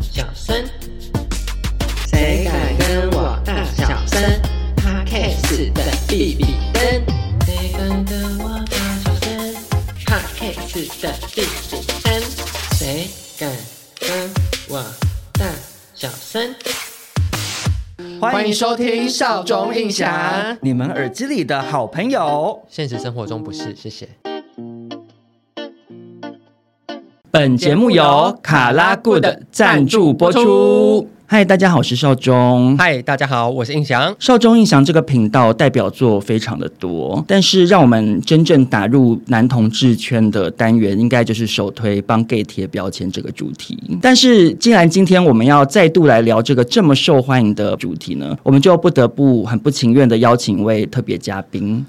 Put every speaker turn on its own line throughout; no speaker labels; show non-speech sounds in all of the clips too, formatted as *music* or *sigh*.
小声？谁敢跟我大小声 p o d c 的比比登，谁敢跟我大小声 p o d c 的比比登，谁敢跟我大小声？
欢迎
收听
少
中印象
你们耳机里的好朋友。
现实生活中不是，谢谢。
本节目由卡拉 Good 赞助播出。嗨，大家好，我是少中。
嗨，大家好，我是印翔。
少中印象这个频道代表作非常的多，但是让我们真正打入男同志圈的单元，应该就是首推帮 gay 贴标签这个主题。但是既然今天我们要再度来聊这个这么受欢迎的主题呢，我们就不得不很不情愿的邀请一位特别嘉宾，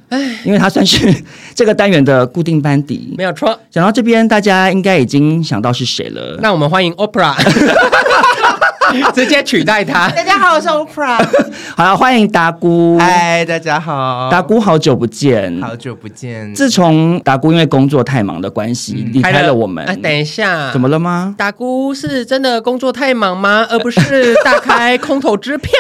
因为他算是这个单元的固定班底
没。有错，
讲到这边，大家应该已经想到是谁了。
那我们欢迎 OPRA，直接取代他。
大家好，我是 Oprah。
好了，欢迎达姑。
嗨，大家好，
达姑好久不见。
好久不
嗯
见。
自从达姑因为工作太忙的关系离开了我们，
哎等一下，
怎么了吗？
打姑是真的工作太忙吗？而不是大开空头支票。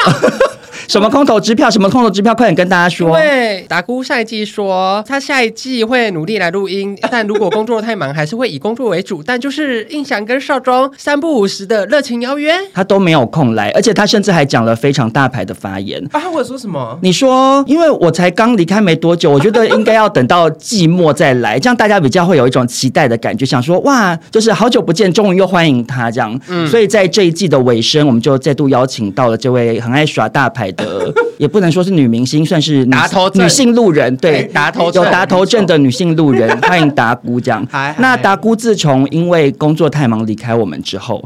什么空头支票？什么空头支票？快点跟大家 *laughs*
因
说！
为打姑下一季说她下一季会努力来录音， *laughs* 但如果工作太忙，还是会以工作为主。但就是印象跟少庄三不五时的热情邀约。
啊
他都没有空来，而且他甚至还讲了非常大牌的发言。
啊，我说什么？
你说，因为我才刚离开没多久，我觉得应该要等到季末再来，这样大家比较会有一种期待的感觉，想说哇，就是好久不见，终于又欢迎他这样。所以在这一季的尾声，我们就再度邀请到了这位很爱耍大牌的，也不能说是女明星，算是女
打头阵
女性路人，对，
打头阵
有打头阵的女性路人，欢迎达姑这样
嗨嗨。
那达姑自从因为工作太忙离开 *laughs* 我们之后，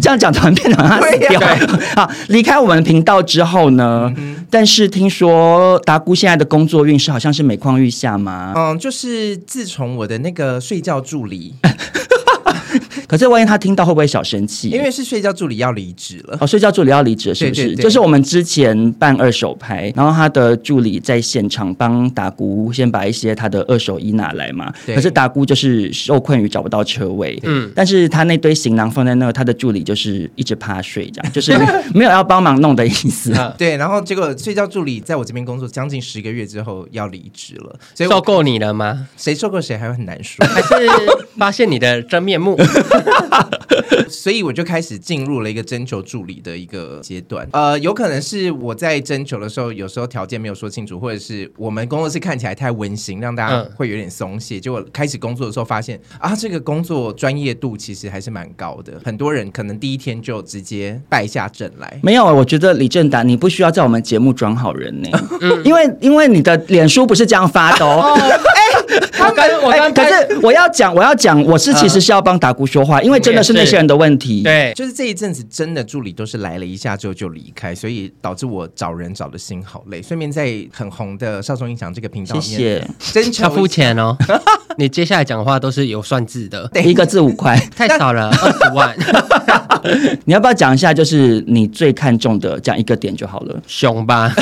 这样讲突然变得很死掉。 *laughs* 好，离开我们频道之后呢，
嗯
但是听说达姑现在的工作运势好像是每况愈下嘛。
嗯，就是自从我的那个睡觉助
*laughs*
理，
可是万一她听到会不会小生气？
因为是睡觉助理要离职了。
哦，睡觉助理要离职了是不是？
对对对
就是我们之前办二手拍，然后他的助理在现场帮达姑先把一些他的二手衣拿来嘛。
对
可是达姑就是受困于找不到车位，嗯，但是他那堆行囊放在那，他的助理就是一直趴睡，这样就是没有要帮忙弄的意思。
啊
对，然后结果睡觉助理在我这边工作将近十个月之后要离职了，所以
受
我
够你了吗？
谁受过谁还会很难说，
还是
*laughs*
发现你的真面目？
所以我就开始进入了一个征求助理的一个阶段。呃，有可能是我在征求的时候，有时候条件没有说清楚，或者是我们工作室看起来太温馨，让大家
嗯
会有点松懈。结果开始工作的时候发现啊，这个工作专业度其实还是蛮高的，很多人可能第一天就直接败下阵来。
没有，啊我觉得李正达，你不需要在我们节目装好人呢、
嗯
因为因为你的脸书不是这样发的哦。
*laughs* 我刚
*laughs*
我
哎
刚
可是我要讲，我要讲，我是其实是要帮达姑说话，因为真的是那些人的问题。
嗯对，
就是这一阵子，真的助理都是来了一下之后就离开，所以导致我找人找的心好累。顺便在很红的少中音响这个频道
谢
里面，
谢。
征
要
求
付钱
*laughs*
哦。你接下来讲话都是有算字的，
一个字五
*laughs*
块，
太少了，二十
*laughs*
万。
你要不要讲一下？就是你最看重的，讲一个点就好了。
熊吧，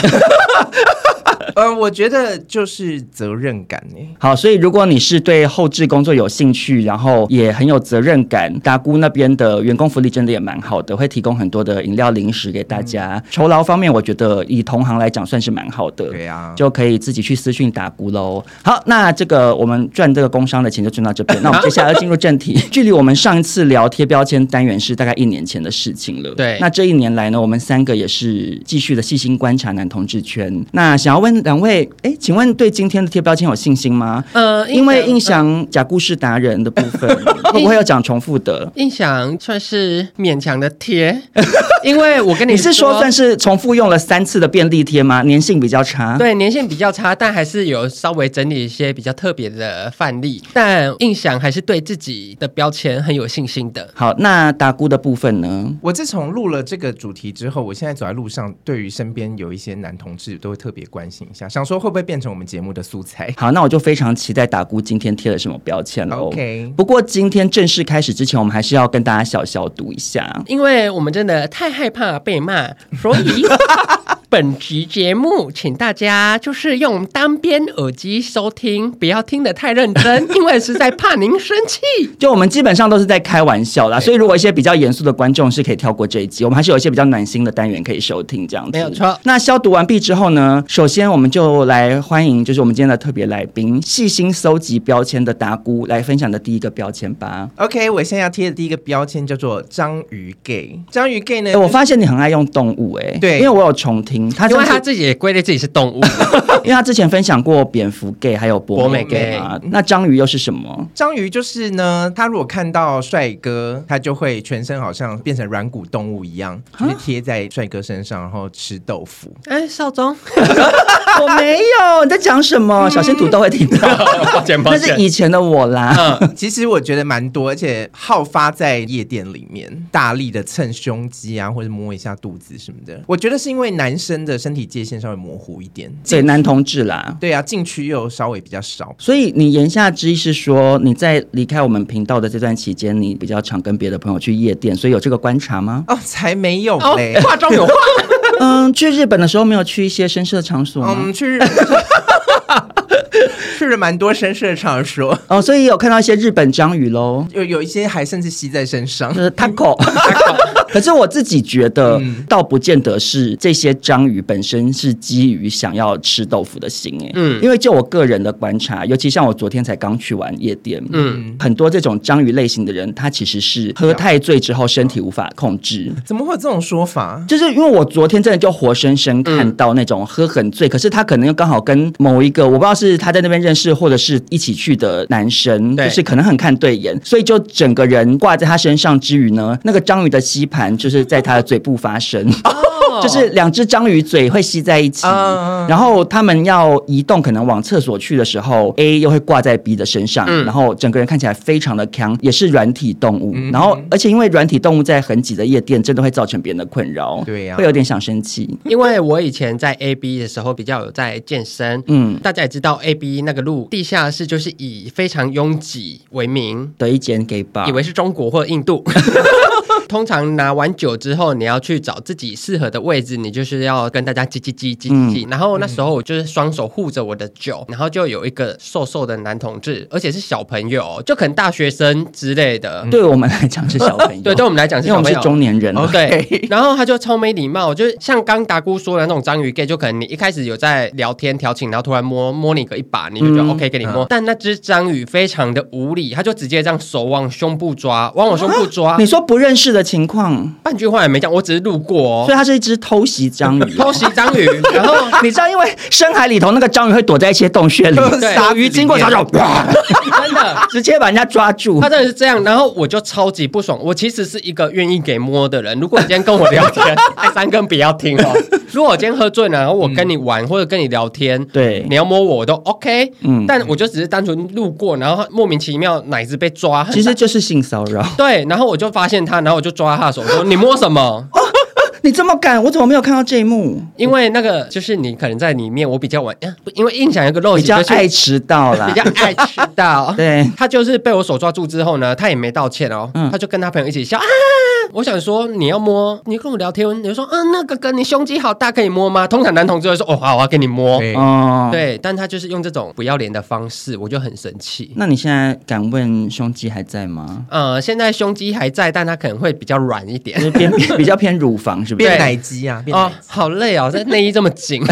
嗯，我觉得就是责任感欸呢、
好，所以如果你是对后置工作有兴趣，然后也很有责任感，达姑那边的员工福利真的也蛮好的，会提供很多的饮料、零食给大家。
嗯
酬劳方面，我觉得以同行来讲算是蛮好的。
对啊
就可以自己去私讯打鼓喽。好，那这个我们赚这个工商的钱就赚到这边。那我们接下来要进入正题，距离我们上一次聊贴标签单元是大概一年前的事情了。
对
那这一年来呢，我们三个也是继续的细心观察男同志圈。那想要问问两位，哎，请问对今天的贴标签有信心吗？
呃，
因为
印
印象假故事达人的部分， *laughs* 会不会有讲重复的？
印象算是勉强的贴， *laughs* 因为我跟
你
说
是说算是重复用了三次的便利贴吗？粘性比较差。
对，年限比较差，但还是有稍微整理一些比较特别的范例。但印象还是对自己的标签很有信心的。
好，那打鼓的部分呢？
我自从录了这个主题之后，我现在走在路上，对于身边有一些男同志都会特别关心一下，想说会不会变成我们节目的素材。
好，那我就非常期待打鼓今天贴了什么标签了。哦
OK
不过今天正式开始之前，我们还是要跟大家小消毒一下。
因为我们真的太害怕被骂， *laughs* 所以本集节目请大家就是用单边耳机收听，不要听得太认真， *laughs* 因为实在怕您生气。
就我们基本上都是在开玩笑啦，所以如果一些比较严肃的观众是可以跳过这一集，我们还是有一些比较暖心的单元可以收听这样子。
没有错
那消毒完毕之后呢，首先我们就来欢迎就是我们今天的特别来宾，细心搜集标签的达姑来分享的第一个标签吧。
OK，我现在要贴的第一个标签叫做章鱼 gay。章鱼 gay 呢？
哎、我发现你很爱用动物哎、
对
因为我有重听，他
因
真
为
的是
他自己也归类自己是动物，
因为他之前分享过蝙蝠 gay 还有博美
博美
gay 嘛，那章鱼又是什么？
章鱼就是呢，它如果看到帅哥，它就会全身好像变成软骨动物一样，就是贴在帅哥身上，然后吃豆腐。
哎，少宗，
*laughs* 我没有，你在讲什么？小心土豆会听到。嗯
抱歉
嗯 *laughs* 那是以前的我啦。
其实我觉得蛮多，而且好发在夜店里面，大力的蹭胸肌啊，或者摸一下肚子什么的。我觉得是因为男生的身体界限稍微模糊一点，
对，男同志啦。
对啊，禁区又稍微比较少。？
所以你言下之意是说，你在离开我们频道的这段期间，你比较常跟别的朋友去夜店，所以有这个观察吗 *laughs*
哦，才没有
哦
嘞，！
话中有话，
嗯，去日本的时候没有去一些深色场所吗？
*laughs* 嗯，去日本去了蛮多绅士的场所，
哦，所以有看到一些日本章鱼喽，
有有一些还甚至吸在身上
就。是 taco。可 *laughs* 是我自己觉得，
嗯
倒不见得是这些章鱼本身是基于想要吃豆腐的心哎、
嗯
因为就我个人的观察，尤其像我昨天才刚去完夜店，
嗯，啊
很多这种章鱼类型的人，他其实是喝太醉之后身体无法控制，
怎么会有这种说法？
就是因为我昨天真的就活生生看到那种喝很醉，可是他可能又刚好跟某一个我不知道是他在那边认识或者是一起去的男生，
对
就是可能很看对眼，所以就整个人挂在他身上之余呢，那个章鱼的吸盘就是在他的嘴部发生， *laughs* 就是两只章鱼嘴会吸在一起，
哦嗯
然后他们要移动，可能往厕所去的时候，A 又会挂在 B 的身上，
嗯
然后整个人看起来非常的强，也是软体动物，
嗯
然后而且因为软体动物在很挤的夜店，真的会造成别人的困扰。
对
啊
呀
会有点想生
*laughs*
气。
因为我以前在 A B 的时候比较有在健身，
嗯
大家也知道 A B 那个路地下室就是以非常拥挤为名，
的一间 gay bar，
以为是中国或印度。 *laughs* 通常拿完酒之后，你要去找自己适合的位置，你就是要跟大家叽叽叽叽叽。
嗯
然后那时候我就是双手护着我的酒，然后就有一个瘦瘦的男同志，而且是小朋友，就可能大学生之类的。
*laughs* 对我们来讲是小朋友，
*laughs* 对，对我们来讲
嗯因
是
为我
小
们
朋
是
友。
中年人。啊
对，然后他就超没礼貌，就是像刚达姑说的那种章鱼 gay，就可能你一开始有在聊天调情，然后突然摸摸你个一把，你就觉得
嗯
OK 给你摸，但那只章鱼非常的无理，他就直接这样手往胸
*laughs*
部抓，往我胸部抓
你，说不认识的情况，
半句话也没讲，我只是路过、
所以
哦，
它是一只偷袭章鱼。啊
*laughs* 偷袭章鱼，然后
你知道，因为深海里头那个章鱼会躲在一些洞
*laughs*
穴里，
对
鲨鱼经过它就哇，
真的。
直接把人家抓住
他。真的是这样，然后我就超级不爽。我其实是一个愿意给摸的人。如果你今天跟我聊
*laughs*
天，哎，三更不要听哦。如果我今天喝醉了，然后我跟你玩、或者跟你聊天，
对
你要摸我我都 OK，
嗯
嗯，但我就只是单纯路过，然后莫名其妙奶子被抓，
其实就是性骚扰。
对，然后我就发现他，然后我就抓他的手说：“你摸什么
哦你这么敢，我怎么没有看到这一幕？？”
因为那个就是你可能在里面，我比较晚，啊不因为印象有一个陋
比
习，
较
就是
爱迟到啦。
比。较爱迟到
对，
他就是被我手抓住之后呢，他也没道歉哦，
嗯
他就跟他朋友一起笑啊。我想说，你要摸，你跟我聊天，你就说，嗯，那个哥，你胸肌好大，可以摸吗？通常男同志会说，哦，好啊，给你摸。
对
哦，。
对，但他就是用这种不要脸的方式，我就很生气。
那你现在敢问胸肌还在吗？
呃，现在胸肌还在，但它可能会比较软一
就
点。
是偏比较偏乳房是不
变
是？
奶鸡啊，
嗯
变奶
哦
鸡。，
好累哦，这内衣这
*laughs*
么紧。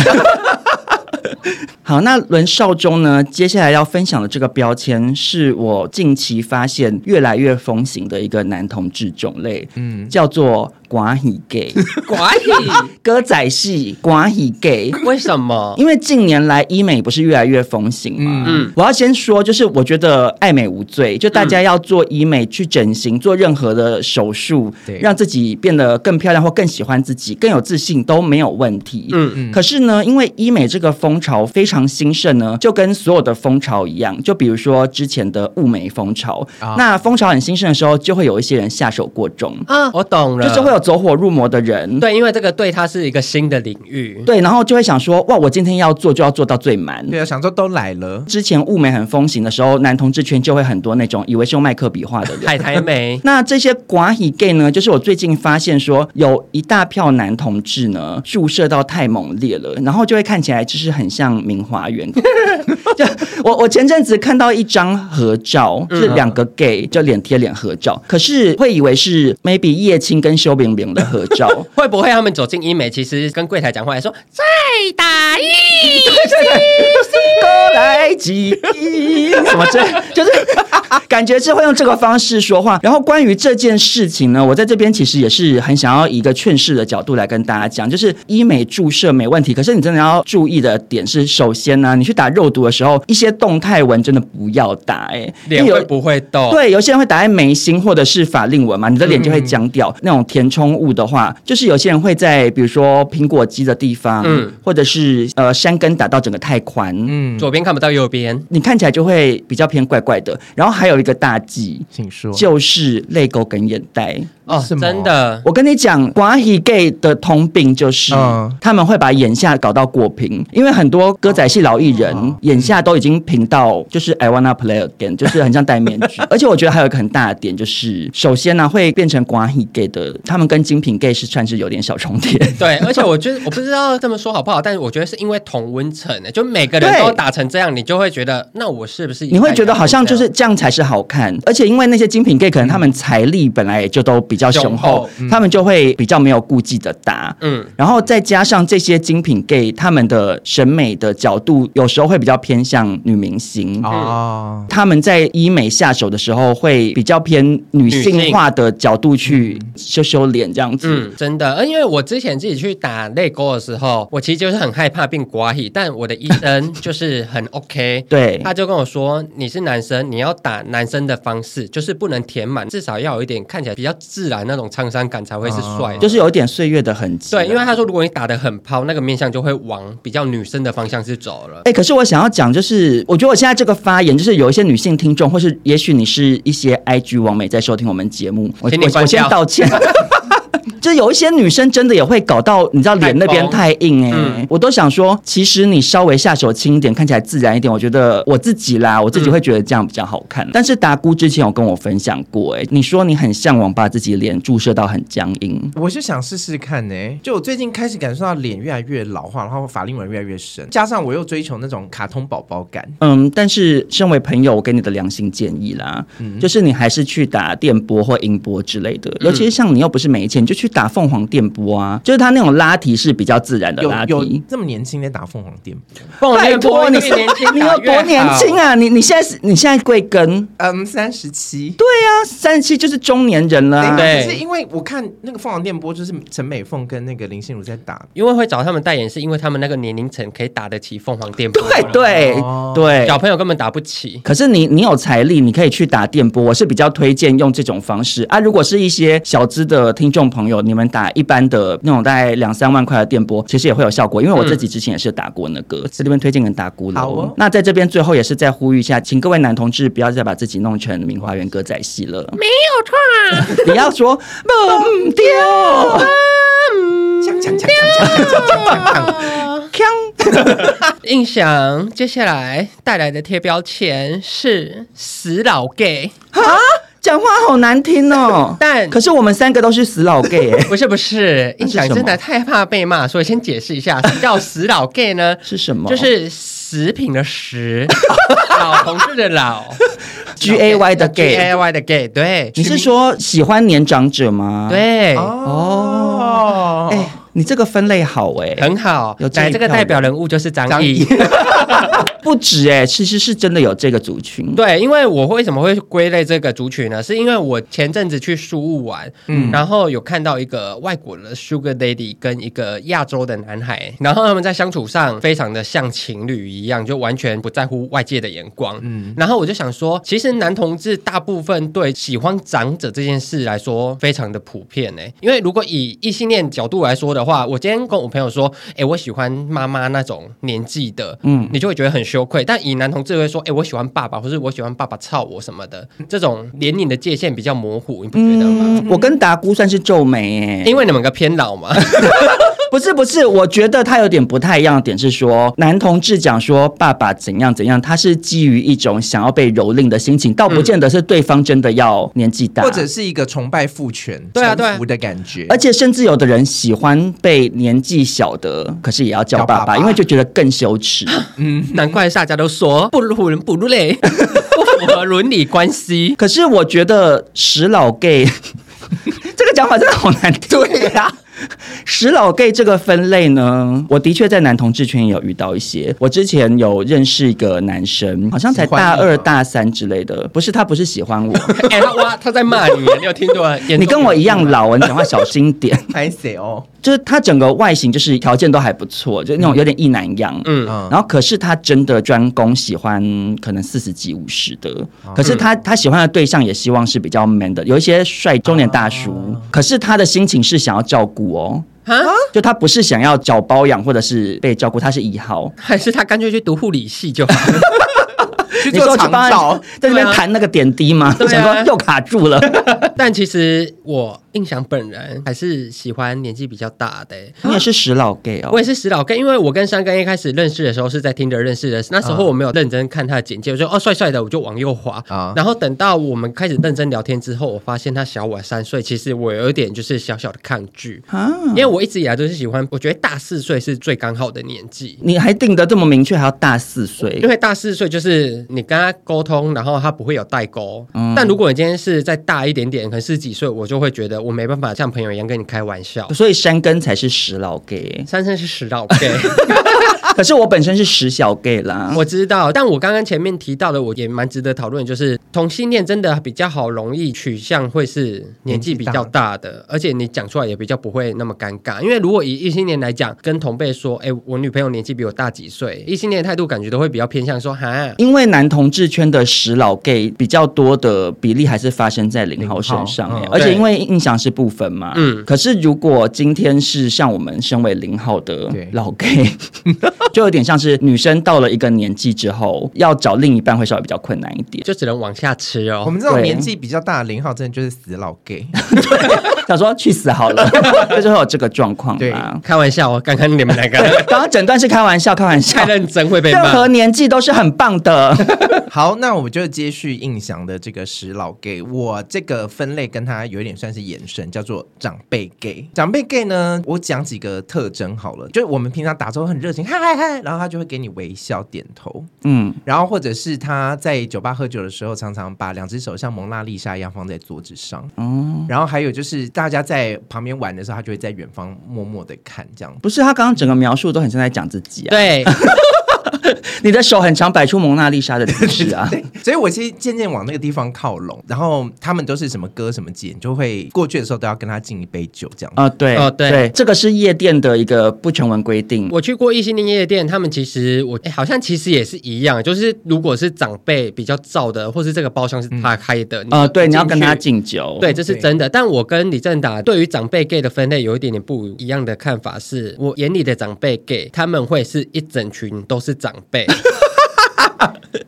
好，那轮少中呢？接下来要分享的这个标签是我近期发现越来越风行的一个男同志种类，嗯，叫做寡喜
*laughs*
gay，
寡语，
歌仔戏寡喜 gay。
为什么？
因为近年来医美不是越来越风行嘛，
嗯嗯
我要先说，就是我觉得爱美无罪，就大家要做医美、去整形、做任何的手术
对，
让自己变得更漂亮或更喜欢自己、更有自信都没有问题。
嗯
嗯
可是呢，因为医美这个风潮非常兴盛呢，就跟所有的风潮一样，就比如说之前的雾眉风潮，
啊
那风潮很兴盛的时候，就会有一些人下手过重，
啊，我懂了，
就是会有走火入魔的人。
对，因为这个对他是一个新的领域，
对，然后就会想说，哇，我今天要做就要做到最满。
对啊，想说都来了，
之前雾眉很风行的时候，男同志圈就会很多那种以为是用麦克笔画的人。 *laughs*
海苔梅
那这些寡喜 gay 呢，就是我最近发现说，有一大票男同志呢，注射到太猛烈了，然后就会看起来就是很像明华园。 *laughs* 就我我前阵子看到一张合照，是两个 gay 就脸贴脸合照，可是会以为是 maybe 叶青跟修饼饼的合照，
会不会他们走进医美，其实跟柜台讲话还说再打一，
*laughs* 过来几什么这就是感觉是会用这个方式说话。然后关于这件事情呢，我在这边其实也是很想要以一个劝世的角度来跟大家讲，就是医美注射没问题，可是你真的要注意的点是，首先呢、你去打肉毒的时候，一些动态纹真的不要打、欸，哎，
脸会不会
哦
动？
对，有些人会打在眉心或者是法令纹嘛，你的脸就会僵
嗯
掉。那种填充物的话，就是有些人会在比如说苹果肌的地方，
嗯
或者是呃山根打到整个太宽，
嗯，
左边看不到右边，
你看起来就会比较偏怪怪的。然后还有一个大忌。
请说
就是泪沟跟眼袋，
哦，
什么
真的，
我跟你讲，寡喜 gay 的通病就是、
嗯
他们会把眼下搞到过平，因为很多歌仔戏老艺人、眼下都已经平到就是 I wanna play again，就是很像戴面具。而且我觉得还有一个很大的点就是，首先呢、会变成寡喜 gay 的，他们跟精品 gay 是算是有点小重叠。
对，而且我觉得我不知道这么说好不好，但是我觉得是因为同温层欸的，就每个人
对
都打成这样，你就会觉得那我是不是
你会觉得好像就是这样才是好看，而且因为那些精品 gay 可能他们财力本来也就都比较雄
雄
厚
厚，
他们就会比较没有顾忌的打。
嗯。
然后再加上这些精品 gay，他们的审美的角度有时候会比较偏向女明星，
哦，
他们在医美下手的时候会比较偏女性化的角度去修修脸这样子。
嗯，真的，呃因为我之前自己去打泪沟的时候，我其实就是很害怕变寡喜，但我的医生就是很 OK，
*laughs* 对
他就跟我说，你是男生，你要打男生的方式，就是不能填满，至少要有一点看起来比较自然那种沧桑感才会是帅的。
就是有一点岁月的痕迹。
啊对，因为他说如果你打的很抛，那个面相就会往比较女生的方向去走了。
哎、可是我想要讲，就是我觉得我现在这个发言，就是有一些女性听众，或是也许你是一些 IG 网美在收听我们节目，我
请你
我
关
我先
掉
道歉。 *laughs* 就有一些女生真的也会搞到，你知道脸那边太
太
硬哎、
嗯
我都想说，其实你稍微下手轻一点，看起来自然一点，我觉得我自己啦，我自
嗯
己会觉得这样比较好看。但是达姑之前有跟我分享过、哎，你说你很向往把自己脸注射到很僵硬，
我是想试试看呢、就我最近开始感受到脸越来越老化，然后法令纹越来越深，加上我又追求那种卡通宝宝感，
嗯，但是身为朋友，我给你的良心建议啦，就是你还是去打电波或音波之类的，尤其是像你又不是没钱，你就去打凤凰电波啊，就是它那种拉提是比较自然的
有
拉
有
提。
这么年轻在打凤凰电波，
拜托你
越年轻，
你有多年轻？啊？你你现在是你现在贵庚？
嗯，三十七。
对啊，三十七就是中年人了、啊。
对
可是因为我看那个凤凰电波，就是陈美凤跟那个林心如在打，
因为会找他们代言，是因为他们那个年龄层可以打得起凤凰电波，
对对
哦
对
小。朋友根本打不起。
可是你你有财力，你可以去打电波，我是比较推荐用这种方式啊。如果是一些小资的听众朋友，你们打一般的那种大概两三万块的电波，其实也会有效果，因为我自己之前也是打过那个，在这边推荐给打鼓
好
楼。
哦
那在这边最后也是再呼吁一下，请各位男同志不要再把自己弄成名花园歌仔戏了，没有错、你要说梦丢，
锵锵锵锵锵锵锵锵锵。
锵
印象接下来带来的贴标签是死老 gay，
讲话好难听哦。
但
可是我们三个都是死老 gay 欸
不是不是，印象真的太怕被骂，所以先解释一下，什么叫死老 gay 呢？
是 *laughs* 什么？
就是食品的食，老同志的老
*laughs* G A Y 的
G
gay
A。Y 的 gay，对
你是说喜欢年长者吗？。
对，
哦，
哎、你这个分类好哎、
很好
有。这一
来，这个
票
代表人物就是张
张
译
译。
不止哎、其实是真的有这个族群。
对，因为我为什么会归类这个族群呢？是因为我前阵子去书屋玩，嗯，然后有看到一个外国的 Sugar Lady 跟一个亚洲的男孩，然后他们在相处上非常的像情侣一样，就完全不在乎外界的眼光。嗯，然后我就想说，其实男同志大部分对喜欢长者这件事来说，非常的普遍呢、因为如果以异性恋角度来说的话，我今天跟我朋友说，哎、我喜欢妈妈那种年纪的，嗯，你就会觉得很羞愧。但以男同志会说，哎、我喜欢爸爸，或是我喜欢爸爸操我什么的，这种年龄的界限比较模糊，你不觉得吗？
嗯，我跟达姑算是皱眉哎、
因为你们个偏老嘛， *laughs*
不是不是，我觉得他有点不太一样的点是说，男同志讲说爸爸怎样怎样，他是基于一种想要被蹂躏的心情，倒不见得是对方真的要年纪大，
或者是一个崇拜父权、
对啊对啊
臣服的感觉，
而且甚至有的人喜欢被年纪小的，可是也要叫
叫
爸
爸
爸，
爸
因为就觉得更羞耻。
难怪大家都说不伦不类，不符合伦理关系。 *laughs*
可是我觉得石老
*laughs*
gay 这个讲法真的好难听。对呀、石老 gay 这个分类呢，我的确在男同志圈也有遇到一些。我之前有认识一个男生，好像才
喜欢
大
你
二、
吗
大三之类的，不是他不是喜
*laughs*
欢我，
哎、他哇，他在骂你，你有听过？
你跟我一样老，你讲话小心点。
拍谁哦？
就是他整个外形就是条件都还不错，就那种有点一男样，嗯，
嗯
然后可是他真的专攻喜欢可能四十几五十的，
嗯
可是他他喜欢的对象也希望是比较 man 的，有一些帅中年大叔，
啊
可是他的心情是想要照顾哦。
啊，
就他不是想要找包养或者是被照顾，他是一号。
还是他干脆去读护理系就好了。
去
你
做
说去
长
帮
照
他， *laughs* 在那边
对啊
弹那个点滴吗？
对啊
想说又卡住
*laughs*
了。
但其实我印象本人还是喜欢年纪比较大的欸、
你也是石老 gay
*laughs*
哦
我，也是石老根，因为我跟山根一开始认识的时候是在听着认识的，那时候我没有认真看他的简介，我就哦帅帅的，我就往右滑。
啊
然后等到我们开始认真聊天之后，我发现他小我三岁，其实我有一点就是小小的抗拒，
啊，
因为我一直以来都是喜欢，我觉得大四岁是最刚好的年纪。
你还定得这么明确，还要大四岁
*laughs*
因。为大四岁就是你跟他沟通，然后他不会有代沟。但如果你今天是再大一点点，可能是几岁，我就会觉得我没办法像朋友一样跟你开玩笑。
所以山根才是石老 gay，
三生是石老 gay，
可是我本身是石小 gay 啦。
我知道，但我刚刚前面提到的，我也蛮值得讨论，就是同性恋真的比较好，容易取向会是年纪比较大的，而且你讲出来也比较不会那么尴尬。因为如果以异性恋来讲，跟同辈说，哎、我女朋友年纪比我大几岁，异性恋的态度感觉都会比较偏向说，哈，
因为男同志圈的石老 gay 比较多的比例还是发生在零号身上、
零
欸
号嗯
而且因为印象是不分嘛，
嗯
可是如果今天是像我们身为零号的
对
老 gay，就 *laughs* 有点像是女生到了一个年纪之后，要找另一半会稍微比较困难一
*laughs*
点。
就只能往下吃哦。
我们这种
对
年纪比较大的零号，真的就是死老 gay。
想说去死好了， *laughs* 这就会有这个状况
对
嘛。
开玩笑哦，刚刚你们两个
刚刚诊断是开玩笑，开玩笑
太，认真会被
任何
骂。
年纪都是很棒的。 *laughs*
好，那我就接续印象的这个石老 gay，我这个分类跟他有一点算是延伸，叫做长辈 gay。长辈 gay 呢，我讲几个特征好了，就是我们平常打招呼很热情，嗨嗨嗨，然后他就会给你微笑点头，
嗯，
然后或者是他在酒吧喝酒的时候，常常把两只手像蒙娜丽莎一样放在桌子上，
哦
嗯，然后还有就是大家在旁边玩的时候，他就会在远方默默的看这样。
不是，他刚刚整个描述都很像在讲自己啊。
对，
你的手很常摆出蒙娜丽莎的姿势啊。
所以我其实渐渐往那个地方靠拢，然后他们都是什么哥什么姐，你就会过去的时候都要跟他敬一杯酒这样。
啊、对，
哦对
这个是夜店的一个不成文规定。
我去过异性恋夜店，他们其实我、哎诶好像其实也是一样，就是如果是长辈比较燥的，或是这个包厢是他开的，
呃，对，你要
进
跟他
去。
敬酒。
对，，这是真的。但我跟李正达对于长辈 gay 的分类有一点点不一样的看法是，我眼里的长辈 gay，他们会是一整群都是长
*laughs*
辈，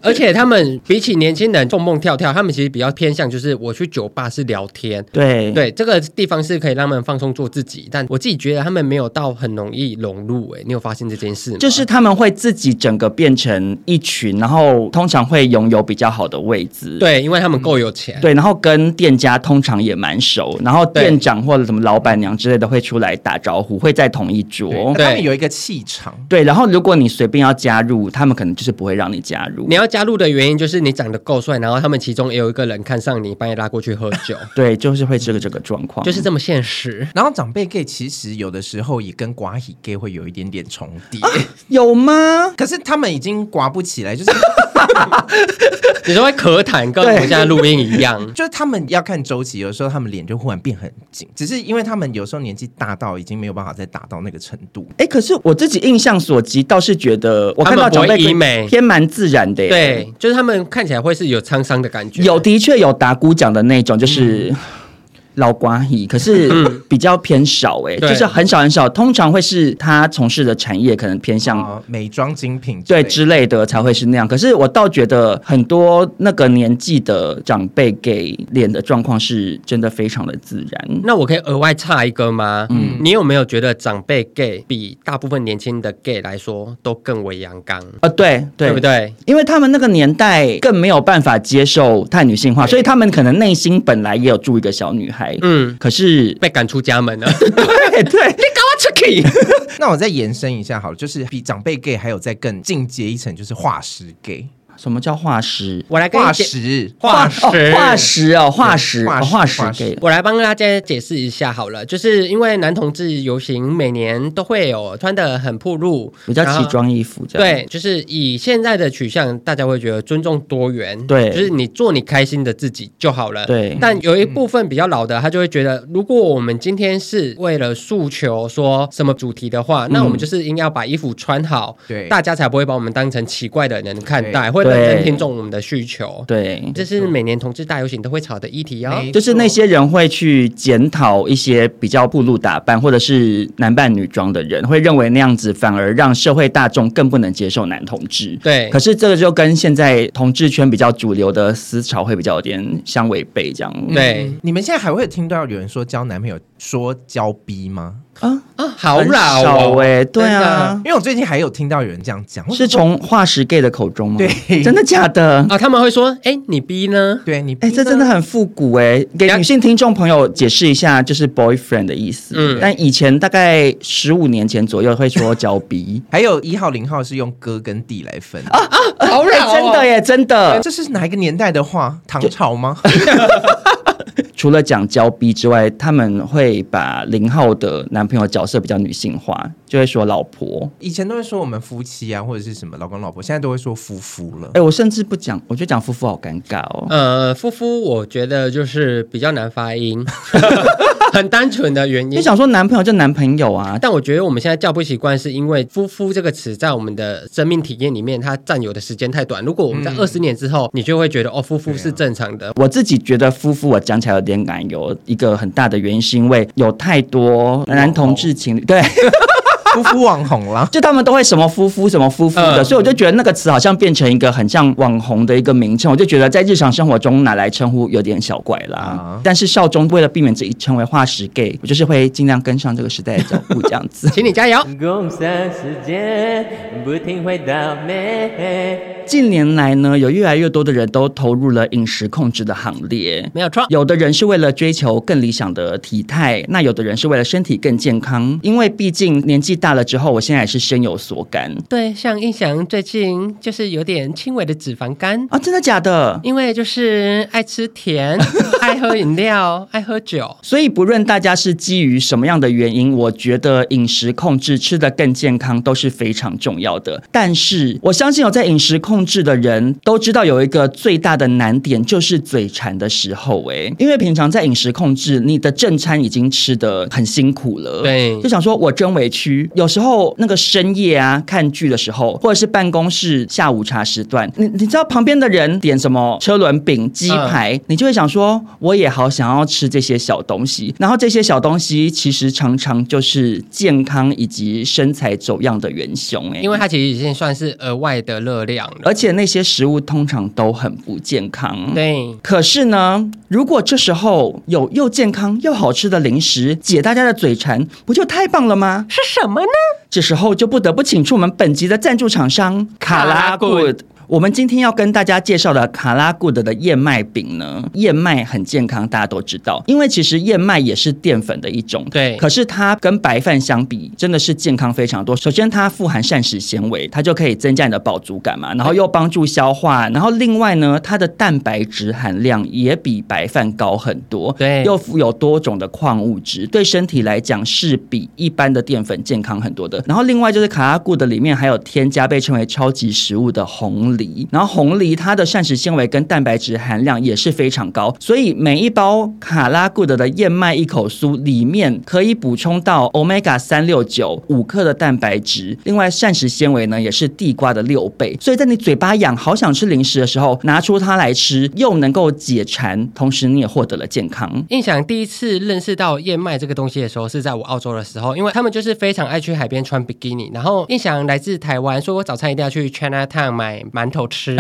而且他们比起年轻人蹦蹦跳跳，他们其实比较偏向就是我去酒吧是聊天，
对，
对，这个地方是可以让他们放松做自己，但我自己觉得他们没有到很容易融入、欸。你有发现这件事吗？
就是他们会自己整个变成一群，然后通常会拥有比较好的位置。。
对，因为他们够有钱。
嗯对，然后跟店家通常也蛮熟，然后
对
店长或者什么老板娘之类的会出来打招呼，会在同一桌。
他们有一个气场，
对，然后如果你随便要加入，他们可能就是不会让你加入。
你要加入的原因就是你长得够帅，然后他们其中也有一个人看上你，把你拉过去喝酒，
对，就是会这个这个状况，
就是这么现实。
然后长辈 gay 其实有的时候也跟寡喜 gay 会有一点点重叠，
有吗？
*laughs* 可是他们已经寡不起来，就是。
你说会咳痰，跟我们现在录音一样
*laughs*
就是他们要看周期，有时候他们脸就忽然变很紧，只是因为他们有时候年纪大到已经没有办法再打到那个程度。
哎，可是我自己印象所及，倒是觉得我看到
他们不
长
会
辈
医美
偏蛮自然的耶。
对，就是他们看起来会是有沧桑的感觉。
有的确有打鼓奖的那种，
嗯
就是老瓜姨，可是比较偏少哎、
对
就是很少很少，通常会是他从事的产业可能偏向。
哦
啊，美妆精品之类
嗯对
的
之类的才会是那样，可是我倒觉得很多那个年纪的长辈给脸的状况是真的非常的自然。
那我可以额外插一个吗？嗯，你有没有觉得长辈 gay 比大部分年轻的 gay 来说都更为阳刚，
呃，对对
对不？对？
因为他们那个年代更没有办法接受太女性化，所以他们可能内心本来也有住一个小女孩，
嗯，
可
*laughs*
是
被赶出家门
*laughs*
了，你
对对，
搞我出去！
那我再延伸一下好了，就是比长辈 gay 还有再更进阶一层，就是化石 gay。
什么叫化石？
我来跟
化
你解
石，
化石
哦化石哦，化石，
对化
哦
石
化石
化石
给。
我来帮大家解释一下好了，就是因为男同志游行每年都会有穿的很暴露，
比较
然后
奇。装异服这样。
对，就是以现在的取向，大家会觉得尊重多元，
对
就是你做你开心的自己就好了。
对
但有一部分比较老的，他就会觉得，如果我们今天是为了诉求说什么主题的话，那我们就是应该要把衣服穿好，
对
大家才不会把我们当成奇怪的人看
对
待，会认真
对
听众我们的需求。
对
这是每年同志大游行都会吵的议题哦。
没
就是那些人会去检讨一些比较暴露打扮或者是男扮女装的人，会认为那样子反而让社会大众更不能接受男同志。
对
可是这个就跟现在同志圈比较主流的思潮会比较有点相违背，这样。
对
嗯你们现在还会听到有人说交男朋友说交逼吗？
啊，
啊，好
很
老
少
哦，
欸对
真的
啊，
因为我最近还有听到有人这样讲，我
是
想说
从化石 gay 的口中吗？
对
真的假的？
啊，他们会说，哎，你逼呢？
对你
哎、这真的很复古哎、给女性听众朋友解释一下，就是 boyfriend 的意思。
嗯
但以前大概十五年前左右会说脚鼻
还有一号零号是用哥跟弟来分啊，
*laughs* 好
哎、
老、哦，
真的耶，真的。
这是哪一个年代的话？唐朝吗？ *laughs*
除了讲脚鼻之外，他们会把零号的男朋友角色比较女性化，就会说老婆。
以前都会说我们夫妻啊，或者是什么老公老婆，现在都会说夫妇了
哎、。我甚至不讲，我觉得讲夫妇好尴尬哦。
呃，夫夫，我觉得就是比较难发
*laughs*
音，很单纯的原因
就。想说男朋友就男朋友啊，
但我觉得我们现在叫不习惯，是因为“夫妇”这个词在我们的生命体验里面，它占有的时间太短。如果我们
嗯
在二十年之后，你就会觉得哦，夫
啊
妇是正常的。
我自己觉得夫妇我讲起来有点感有一个很大的原因是因为有太多男同志情侣对。，
夫妇网红啦
就他们都会什么夫妇什么夫妇的，
嗯。
所以我就觉得那个词好像变成一个很像网红的一个名称，我就觉得在日常生活中拿来称呼有点小怪啦。
啊
但是少中为了避免自己成为化石 gay，我就是会尽量跟上这个时代的脚步这样子
*laughs* 请你加油！
共享时间，不停会倒霉。
近年来呢，有越来越多的人都投入了饮食控制的行列。
没有错，
*laughs* 有的人是为了追求更理想的体态，那有的人是为了身体更健康，因为毕竟年纪大了之后，我现在也是深有所感
对，像印翔最近就是有点轻微的脂肪肝，
啊！真的假的？
因为就是爱吃甜、爱喝饮料、爱喝酒。
所以，不论大家是基于什么样的原因，我觉得饮食控制、吃得更健康都是非常重要的。但是，我相信有在饮食控制的人都知道，有一个最大的难点就是嘴馋的时候、诶，因为平常在饮食控制，你的正餐已经吃得很辛苦了，
对
就想说我真委屈。有时候那个深夜啊，看剧的时候，或者是办公室下午茶时段，你你知道旁边的人点什么车轮饼、鸡
嗯
排。来，你就会想说，我也好想要吃这些小东西。然后这些小东西其实常常就是健康以及身材走样的元凶、哎，
因为它其实已经算是额外的热量了。
而且那些食物通常都很不健康。。
对，
可是呢，如果这时候有又健康又好吃的零食解大家的嘴馋，不就太棒了吗？
是什么呢？
这时候就不得不请出我们本集的赞助厂商卡拉
卡拉
good。我们今天要跟大家介绍的卡拉 good 的燕麦饼呢，燕麦很健康，大家都知道，因为其实燕麦也是淀粉的一种，
对
可是它跟白饭相比，真的是健康非常多。首先，它富含膳食纤维，它就可以增加你的饱足感嘛，然后又帮助消化，然后另外呢，它的蛋白质含量也比白饭高很多，
对
又富有多种的矿物质，对身体来讲是比一般的淀粉健康很多的。然后另外就是卡拉固的里面还有添加被称为超级食物的红梨，然后红梨它的膳食纤维跟蛋白质含量也是非常高，所以每一包卡拉固的的燕麦一口酥里面可以补充到 omega 三六九五克的蛋白质，另外膳食纤维呢也是地瓜的六倍，所以在你嘴巴痒好想吃零食的时候，拿出它来吃，又能够解馋，同时你也获得了健康。
印象第一次认识到燕麦这个东西的时候，是在我澳洲的时候，因为他们就是非常爱去海边穿比基尼。然后印象来自台湾，说我早餐一定要去 China Town 买馒头吃，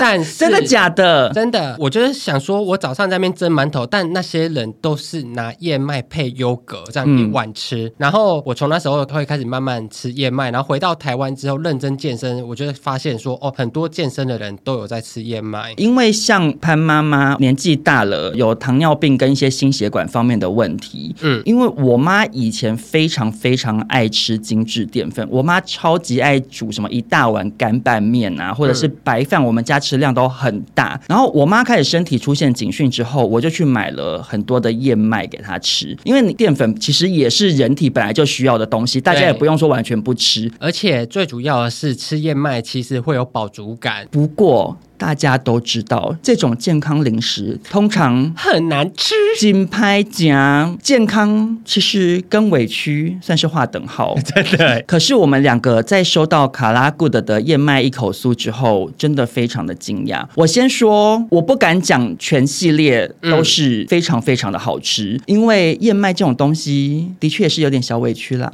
但是
真的假的？
真的，我就是想说，我早上在那边蒸馒头，但那些人都是拿燕麦配优格这样一碗吃。然后我从那时候会开始慢慢吃燕麦，然后回到台湾之后认真健身，我就发现说，哦，很多健身的人都有在吃燕麦。
因为像潘妈妈年纪大了，有糖尿病跟一些心血管方面的问题。
嗯
嗯，因为我妈以前非常非常爱吃精致淀粉，我妈超级爱煮什么一大碗干拌面啊，或者
嗯
是白饭，我们家吃量都很大。然后我妈开始身体出现警讯之后，我就去买了很多的燕麦给她吃，因为你淀粉其实也是人体本来就需要的东西，大家
对
也不用说完全不吃。
而且最主要的是，吃燕麦其实会有饱足感，
不过大家都知道，这种健康零食通常
很难吃。
紧拍夹健康，其实跟委屈算是划等号。
*laughs* 真的，
可是我们两个在收到卡拉 good 的燕麦一口酥之后，真的非常的惊讶。我先说，我不敢讲全系列都
嗯
是非常非常的好吃，因为燕麦这种东西的确是有点小委屈啦。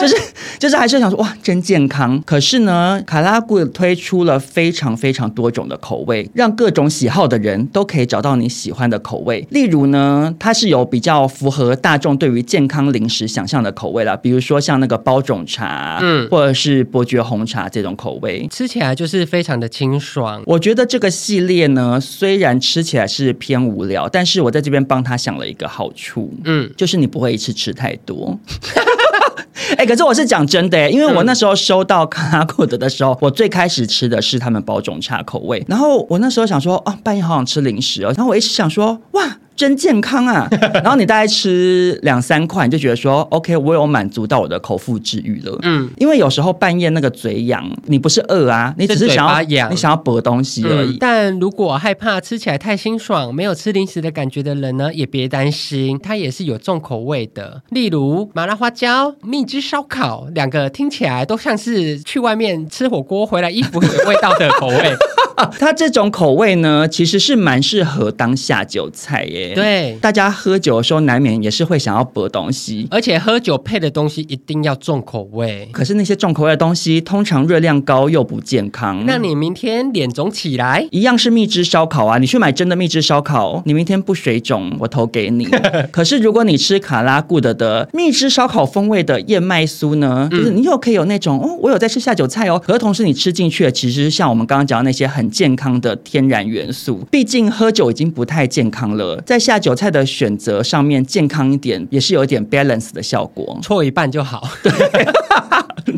就是就是还是想说哇，真健康。可是呢，卡拉固推出了非常非常多种的口味，让各种喜好的人都可以找到你喜欢的口味。例如呢，它是有比较符合大众对于健康零食想象的口味啦，比如说像那个包种茶，
嗯
嗯，或者是伯爵红茶这种口味。
吃起来就是非常的清爽。
我觉得这个系列呢，虽然吃起来是偏无聊，但是我在这边帮他想了一个好处，
嗯，
就是你不会一次吃太多。 *laughs* 哎、可是我是讲真的、欸，因为我那时候收到卡拉库德的时候，我最开始吃的是他们包种茶口味，然后我那时候想说，哦，半夜好想吃零食哦，然后我一直想说，哇。真健康
*laughs*
啊！然后你大概吃两三块，你就觉得说，OK，我有满足到我的口腹之欲了。
嗯
嗯，因为有时候半夜那个嘴痒，你不是饿啊，你只
是
是
嘴
想
巴
要
痒嗯
你想要博东西而已。
但如果害怕吃起来太清爽、没有吃零食的感觉的人呢，也别担心，它也是有重口味的，例如麻辣花椒、蜜汁烧烤，两个听起来都像是去外面吃火锅回来衣服会有味道的口 *laughs* 味。
它这种口味呢，其实是蛮适合当下酒菜耶。
对
大家喝酒的时候难免也是会想要博东西。
而且喝酒配的东西一定要重口味。
可是那些重口味的东西，通常热量高又不健康。
那你明天脸肿起来，
一样是蜜汁烧烤啊，你去买真的蜜汁烧烤，你明天不水肿，我投给
*laughs*
你。可是如果你吃卡拉固的的蜜汁烧烤风味的燕麦酥呢，
嗯
就是你又可以有那种哦，我有在吃下酒菜哦，可是同时你吃进去的其实像我们刚刚讲的那些很健康的天然元素，毕竟喝酒已经不太健康了，在下酒菜的选择上面健康一点，也是有一点 balance 的效果。
错一半就好。 *laughs*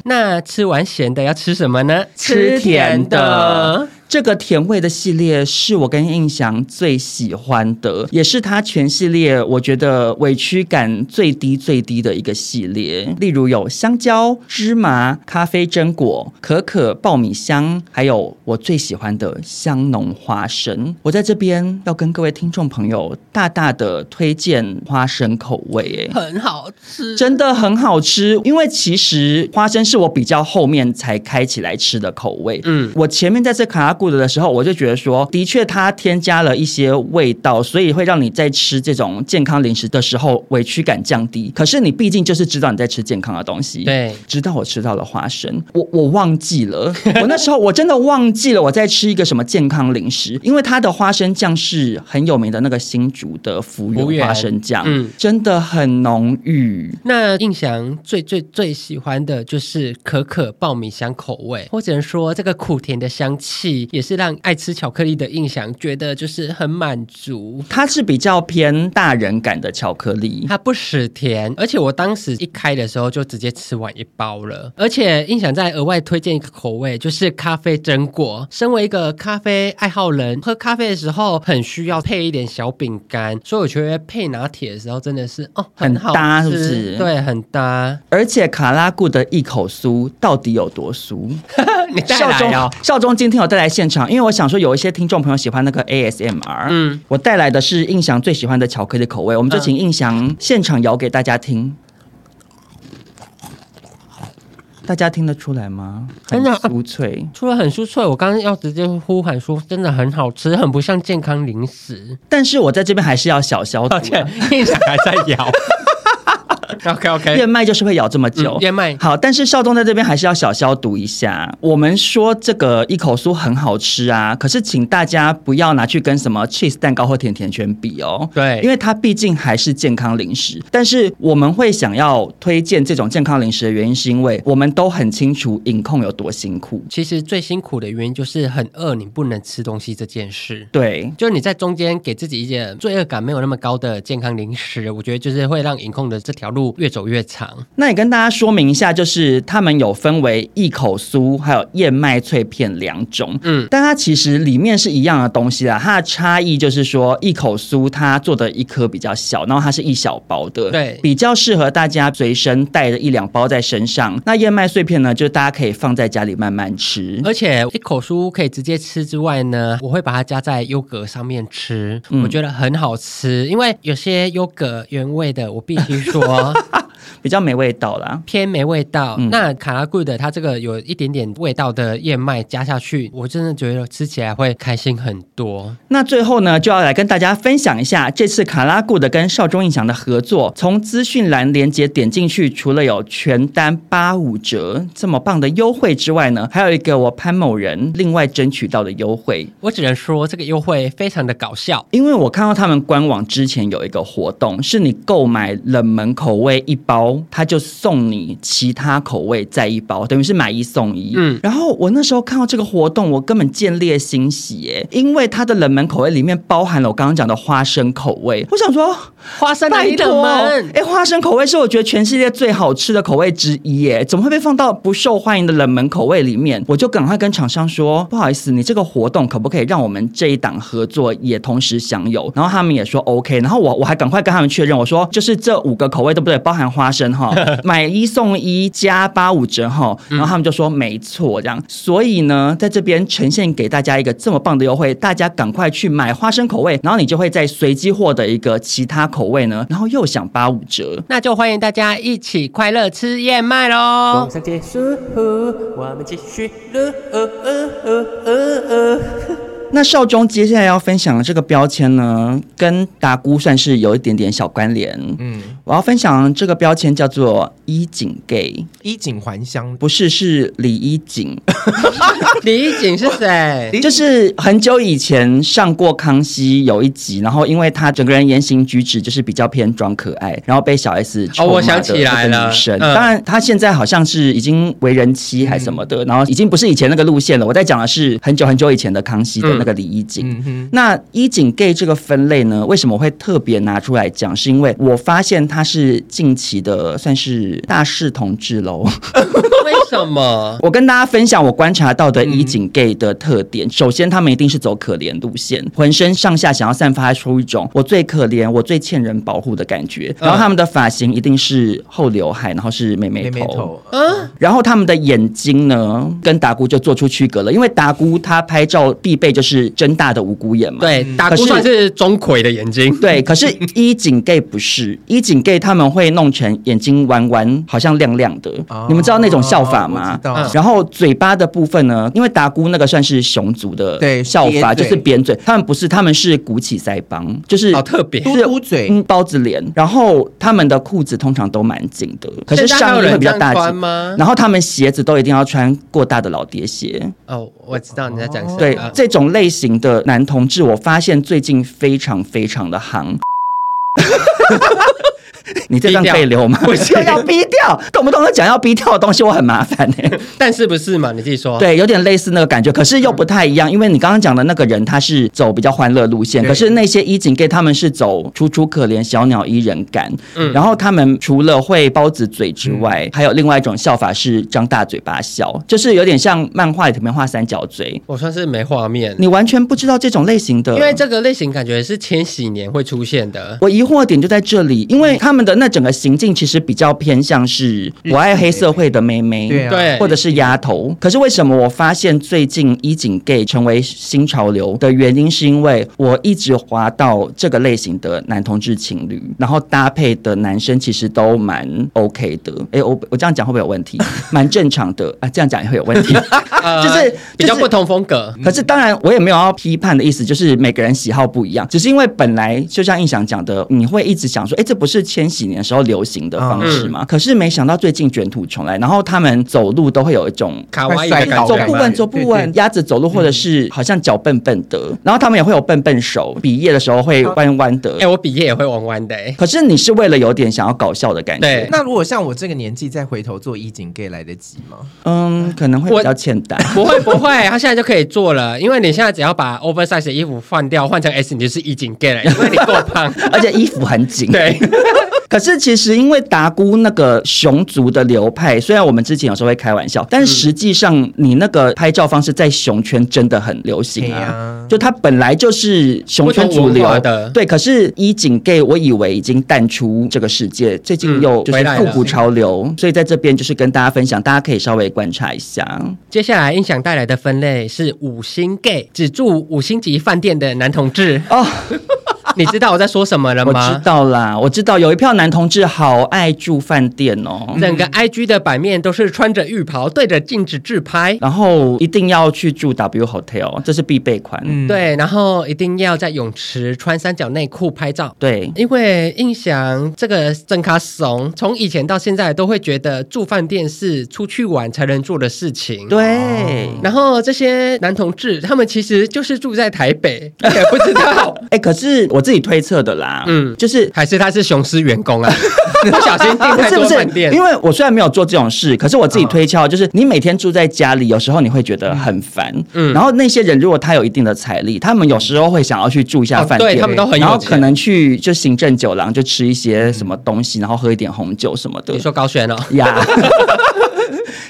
那吃完咸的要吃什么呢？
吃甜的。这个甜味的系列是我跟印象最喜欢的，也是它全系列我觉得委屈感最低最低的一个系列。例如有香蕉、芝麻、咖啡榛果、可可、爆米香，还有我最喜欢的香浓花生。我在这边要跟各位听众朋友大大的推荐花生口味，哎。
*laughs* 很好吃，
真的很好吃，因为其实花生是我比较后面才开起来吃的口味。
嗯
嗯，我前面在吃卡拉顾的的时候，我就觉得说，的确它添加了一些味道，所以会让你在吃这种健康零食的时候委屈感降低。可是你毕竟就是知道你在吃健康的东西，
对
直到我吃到了花生，我我忘记
*laughs*
了，我那时候我真的忘记了我在吃一个什么健康零食，因为它的花生酱是很有名的那个新竹的福
福
源
源
花生酱，
嗯
真的很浓郁。
那印象最最最喜欢的就是可可爆米香口味，或者说这个苦甜的香气，也是让爱吃巧克力的印象觉得就是很满足。
它是比较偏大人感的巧克力，
它不死甜，而且我当时一开的时候就直接吃完一包了。而且印象再额外推荐一个口味，就是咖啡榛果。身为一个咖啡爱好人，喝咖啡的时候很需要配一点小饼干，所以我觉得配拿铁的时候真的是哦
很
好
搭是
吃
不是
对，很搭。
而且卡拉固的一口酥到底有多酥？
你带
少
来哦
中。少中今天有带来现场，因为我想说有一些听众朋友喜欢那个 ASMR，嗯
嗯，
我带来的是印翔最喜欢的巧克力口味，我们就请印翔现场摇给大家听。大家听得出来吗？很
真的
酥脆，
除了很酥脆，我刚刚要直接呼喊说，真的很好吃，很不像健康
*laughs*
零食。 *laughs*
但是我在这边还是要小消毒啊、
抱歉，印象还在摇。OK OK，
燕麦就是会咬这么久。
嗯燕麦
好，但是少东在这边还是要小消毒一下。我们说这个一口酥很好吃啊，可是请大家不要拿去跟什么 cheese 蛋糕或甜甜圈比哦。
对
因为它毕竟还是健康零食。但是我们会想要推荐这种健康零食的原因，是因为我们都很清楚饮控有多辛苦。
其实最辛苦的原因就是很饿，你不能吃东西这件事。
对，
就是你在中间给自己一点罪恶感没有那么高的健康零食，我觉得就是会让饮控的这条路越走越长。
那也跟大家说明一下，就是他们有分为一口酥还有燕麦脆片两种，嗯
嗯，
但它其实里面是一样的东西啦，它的差异就是说一口酥它做的一颗比较小，然后它是一小包的，
对
比较适合大家随身带着一两包在身上。那燕麦碎片呢，就大家可以放在家里慢慢吃。
而且呃一口酥可以直接吃之外呢，我会把它加在优格上面吃，
嗯
我觉得很好吃。因为有些优格原味的，我必须
*laughs*
说
比较没味道啦，
偏没味道。
嗯
那卡拉贵的它这个有一点点味道的燕麦加下去，我真的觉得吃起来会开心很多。
那最后呢，就要来跟大家分享一下这次卡拉固的跟少中印象的合作。从资讯栏连接点进去，除了有全单八五折这么棒的优惠之外呢，还有一个我潘某人另外争取到的优惠。
我只能说这个优惠非常的搞笑。
因为我看到他们官网之前有一个活动，是你购买冷门口味一包，他就送你其他口味再一包，等于是买一送一。嗯
嗯，
然后我那时候看到这个活动，我根本见猎欣喜耶，因为它的冷门口味里面包含了我刚刚讲的花生口味，我想说。
花生
拜
的
托，
冷
哎、
门，
花生口味是我觉得全世界最好吃的口味之一耶，怎么会被放到不受欢迎的冷门口味里面？我就赶快跟厂商说，不好意思，你这个活动可不可以让我们这一档合作也同时享有？然后他们也说 OK，然后我我还赶快跟他们确认，我说就是这五个口味对不对？包含花生哈，买一送一加八五折哈，然后他们就说没错这样，所以呢，在这边呈现给大家一个这么棒的优惠，大家赶快去买花生口味，然后你就会在随机获得一个其他口味呢，然后又享八五折。
那就欢迎大家一起快乐吃燕麦
梦
哦
喽！
想结束，我们继续撸。哦哦哦哦哦
那少中接下来要分享的这个标签呢，跟达姑算是有一点点小关联。嗯，我要分享这个标签叫做衣锦 gay，
衣锦还乡，
不是是李衣锦。
李一景是谁？
就是很久以前上过《康熙》有一集，然后因为她整个人言行举止就是比较偏装可爱，然后被小 S 臭骂
哦我
的
想起来
这个女
了
生，
嗯
当然她现在好像是已经为人妻还什么的，然后已经不是以前那个路线了。我在讲的是很久很久以前的《康熙》的那个李衣锦。
嗯哼，
那衣锦 gay 这个分类呢，为什么会特别拿出来讲？是因为我发现它是近期的算是大势同志喽。
*laughs* 为什么？
我跟大家分享我观察到的衣锦 gay 的特点。首先，他们一定是走可怜路线，浑身上下想要散发出一种我最可怜、我最欠人保护的感觉。然后他们的发型一定是后刘海，然后是妹妹
妹
头。
妹头，
嗯，
然后他们的眼睛呢，跟达姑就做出区隔了，因为达姑她拍照必备就就是睁大的无辜眼嘛。
对，打
可
姑
是
算是钟馗的眼睛，
*laughs* 对，嗯可是一井 gay 不是一井 gay，他们会弄成眼睛弯弯，好像亮亮的。
哦
你们知道那种笑法吗
我知？道
嗯
然后嘴巴的部分呢，因为达姑那个算是熊族的
对
笑法，
扁嘴哦
就是扁嘴。他们不是，他们是鼓起腮帮，就是
好特别。
就是
嘟嘟嘴
嗯，包子脸。然后他们的裤子通常都蛮紧的，可是
现在还
上
有
衣
人
会比较
这样
大
穿
紧。
吗？
然后他们鞋子都一定要穿过大的老爹鞋。
哦，我知道你在讲谁。
对
啊，
这种类型的男同志，我发现最近非常非常的行。 *laughs* 你这段可以留吗？
不行
*laughs* 要逼掉，动不动就讲要逼掉的东西，我很麻烦哎、
但是不是嘛？你自己说。
对，有点类似那个感觉，可是又不太一样，因为你刚刚讲的那个人他是走比较欢乐路线，
对
可是那些衣锦 gay 他们是走楚楚可怜小鸟依人感，
嗯
然后他们除了会包子嘴之外，还有另外一种笑法是张大嘴巴笑，就是有点像漫画里面画三角嘴，
我算是没画面，
你完全不知道这种类型的，
因为这个类型感觉是千禧年会出现的。
我疑惑的点就在这里，因为他们的那整个行径其实比较偏向是
日系
我爱黑社会的妹妹，
对啊
对
或者是丫头。可是为什么我发现最近衣锦 gay 成为新潮流的原因，是因为我一直滑到这个类型的男同志情侣，然后搭配的男生其实都蛮 OK 的。哎，我我这样讲会不会有问题？ *laughs* 蛮正常的啊，这样讲也会有问题。 *laughs*
呃
就是
比较
就是
不同风格。
可是当然，我也没有要批判的意思，就是每个人喜好不一样，只是因为本来就像印象讲的，你会一直想说，哎，这不是千禧年时候流行的方式吗？可是没想到最近卷土重来，然后他们走路都会有一种。
卡哇伊的
快
感
摔倒
走
感
不
觉，
稳，走不稳，鸭子走路，或者是好像脚笨笨的，然后他们也会有笨笨手，毕业的时候会弯弯的
哎、。我毕业也会弯弯的、欸，
可是你是为了有点想要搞笑的感觉
对，
那如果像我这个年纪再回头做衣锦 gay 来得及吗？
嗯，可能会比较欠打。
不会不会，他现在就可以做了，因为你现在只要把 oversize 的衣服换掉，换成 S，你就是衣锦 gay 了，因为你够胖。 *laughs*
而且衣服很紧。
对，
*laughs* 可是其实因为达姑那个熊族的流派，虽然我们之前有时候会开玩笑，但
嗯
是实际上你那个拍照方式在熊圈真的很流行
对
啊。
啊
就它本来就是熊圈主
不同文
流
化的
对。可是衣锦 gay 我以为已经淡出这个世界，最近
嗯
又就是
回来
复
了
古潮流，所以在这边就是跟大家分享，大家可以稍微观察一下。
接下来音响带来的分类是五星 gay，只住五星级饭店的男同志。
哦，
你知道我在说什么了
我知
吗？
道啦，我知道有一票男同志好爱住饭店哦，
整个 IG 的版面都是穿着浴袍对着镜子自拍，
然后一定要去住 W Hotel，这是必备款。
嗯，
对，然后一定要在泳池穿三角内裤拍照。
对，
因为印象这个真卡怂，从以前到现在都会觉得住饭店是出去玩才能做的事情。。
对。
然后这些男同志，他们其实就是住在台
*laughs*
北，也不知道，
哎、可是我自己推测的啦，嗯
嗯，
就是
还是他是雄狮员
*laughs*
工啊，不小心订
不
太
是不
多
是
饭，店嗯
因。为我虽然没有做这种事，可是我自己推敲，就是你每天住在家里，有时候你会觉得很烦，嗯，
嗯
然后那些人如果他有一定的财力，他们有时候会想要去住一下饭店，
哦对他们都很有
然后
钱
可能去就行政酒廊就吃一些什么东西，然后喝一点红酒什么的
你，说高轩哦，
呀。 *laughs*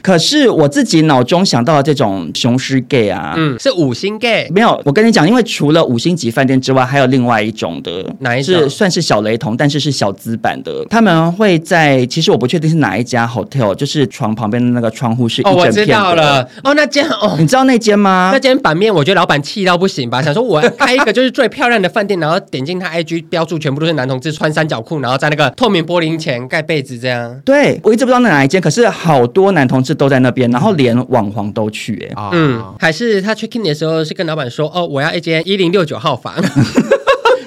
可是我自己脑中想到的这种雄狮 gay 啊，
嗯，是五星 gay，
没有，我跟你讲，因为除了五星级饭店之外，还有另外一种的，
哪一种
是算是小雷同，但是是小资版的。他们会在，其实我不确定是哪一家 hotel，就是床旁边的那个窗户是一
哦，我
整
知
片
道
的。
了，哦，那这样哦。
你知道那间吗
那？间版面，我觉得老板气到不行吧，想说我开一个就是最漂亮的饭店，然后点进他 IG 标注全部都是男同志穿三角裤，然后在那个透明玻璃前盖被子这样。
对，我一直不知道那哪一间，可是好多男同志都在那边，然后连网黄都去、哎、
啊，
嗯，还是他 check in 的时候是跟老板说，哦，我要一间一零六九号 *laughs* 房。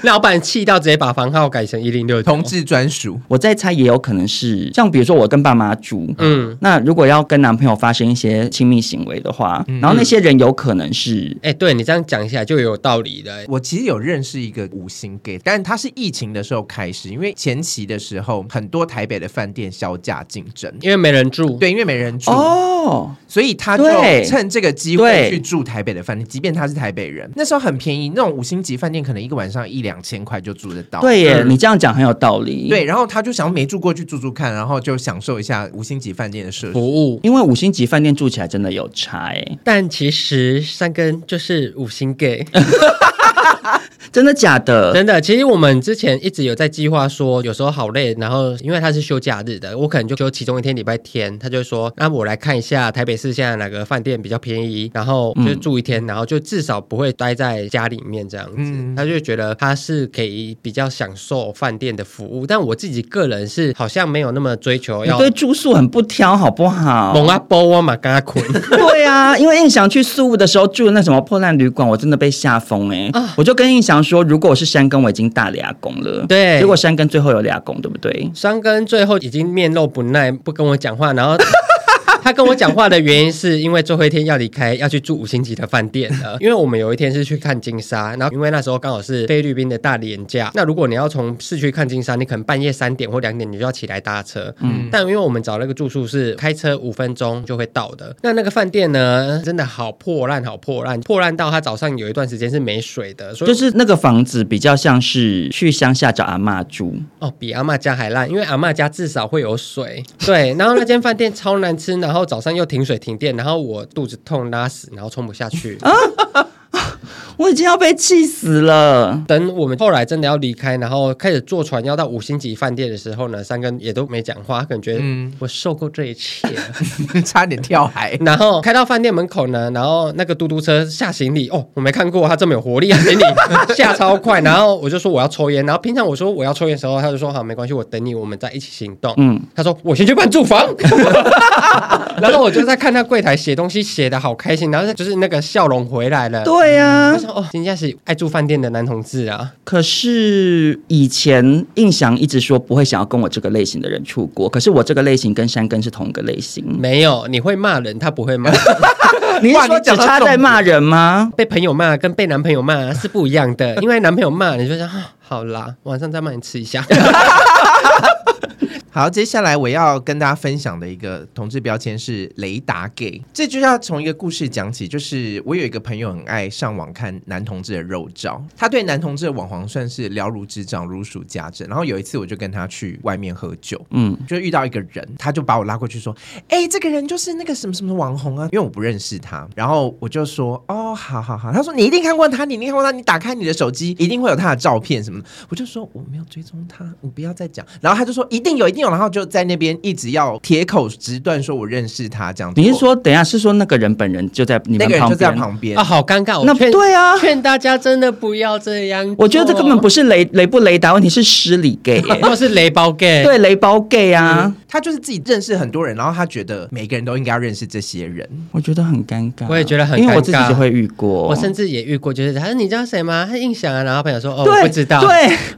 老板气到直接把房号改成一零六
同志专属，
我在猜，也有可能是像比如说我跟爸妈住，
嗯，
那如果要跟男朋友发生一些亲密行为的话，
嗯
然后那些人有可能是
哎、对你这样讲起来就有道理了。
我其实有认识一个五星 gay，但他是疫情的时候开始，因为前期的时候很多台北的饭店销价竞争，
因为没人住，
对，因为没人
嗯
住，
哦，
所以他就
对
趁这个机
对
会去住台北的饭店，即便他是台北人，那时候很便宜，那种五星级饭店可能一个晚上一两千块就住得到。
对耶，
嗯
你这样讲很有道理。
对，然后他就想没住过去住住看，然后就享受一下五星级饭店的设
服
施。
务。
因为五星级饭店住起来真的有差哎、
但其实三根就是五星 gay，
真的假的？
真的，其实我们之前一直有在计划说，有时候好累，然后因为他是休假日的，我可能就休其中一天礼拜天，他就说，那我来看一下台北市现在哪个饭店比较便宜，然后就住一天，然后就至少不会待在家里面这样子。
嗯
他就觉得他是可以比较享受饭店的服务，但我自己个人是好像没有那么追求
你
要
对住宿很不挑，好不好？
猛啊波我嘛跟他捆。
对啊，因为印翔去宿务的时候住那什么破烂旅馆，我真的被吓疯哎！
啊
我就跟印翔说，如果我是山根，我已经大俩拱了。
对嗯
结果山根最后有俩拱，对不对？
双根最后已经面露不耐，不跟我讲话，然后。 *laughs* 他跟我讲话的原因是因为最后一天要离开，要去住五星级的饭店了。因为我们有一天是去看金沙，然后因为那时候刚好是菲律宾的大廉价，那如果你要从市区看金沙，你可能半夜三点或两点你就要起来搭车。嗯，但因为我们找那个住宿是开车五分钟就会到的，那那个饭店呢真的好破烂，好破烂，破烂到他早上有一段时间是没水的，所以
就是那个房子比较像是去乡下找阿嬷住，
哦，比阿嬷家还烂，因为阿嬷家至少会有水。对，然后那间饭店超难吃，然后早上又停水停电，然后我肚子痛拉屎，然后冲不下去。
我已经要被气死了。
*laughs* 等我们后来真的要离开，然后开始坐船要到五星级饭店的时候呢，三根也都没讲话，感觉 *laughs* 我受够这一切了。 *laughs*
*laughs*
差点跳海。
然后开到饭店门口呢，然后那个嘟嘟车下行李，哦，我没看过他这么有活力啊，行李下超快。然后我就说我要抽烟，然后平常我说我要抽烟的时候，他就说好没关系，我等你，我们再一起行动。
嗯
嗯，他说我先去办住房， *laughs* 然后我就在看他柜台写东西写的好开心，然后就是那个笑容回来了。
对啊呀、
我想哦，人家是爱住饭店的男同志啊，
可是以前印翔一直说不会想要跟我这个类型的人出国，可是我这个类型跟山根是同一个类
*laughs*
型。
没有，你会骂人，他不会骂。
你
哇
是说
你
只
讲到
差
重
在
点
骂人吗？
*laughs* 被朋友骂跟被男朋友骂是不一样
*laughs*
的，因为男朋友骂你就想、啊、好啦，晚上再骂你吃
*laughs*
一下。
好，接下来我要跟大家分享的一个同志标签是雷达 gay，这就要从一个故事讲起。就是我有一个朋友很爱上网看男同志的肉照，他对男同志的网黄算是了如指掌、如数家珍。然后有一次我就跟他去外面喝酒，
嗯，
就遇到一个人，他就把我拉过去说：“哎、这个人就是那个什么什么网红啊，因为我不认识他。”然后我就说：“哦，好好好。”他说：“你一定看过他，你一定看过他，你打开你的手机，一定会有他的照片什么的。”我就说：“我没有追踪他，你不要再讲。”然后他就说：“一定有，一定有。”然后就在那边一直要铁口直断说我认识他这样子。
你是说等一下是说那个人本人就在你
那
们
个人
旁
就在
边？
旁边哦
啊，？好尴尬！我
那
劝
对啊
劝大家真的不要这样。
我觉得这根本不，是
哦
雷雷不雷达问题，是失礼
*laughs*
gay，耶、
都是雷包 gay。
对雷包 gay 啊，
嗯他就是自己认识很多人，然后他觉得每个人都应该要认识这些人。
我觉得很尴尬，
我也觉得很
因为我
尴
自己
尬
就会遇过，
我甚至也遇过，就是他啊说你知道谁吗？他印象啊，然后朋友说哦，
对
我不知道，
对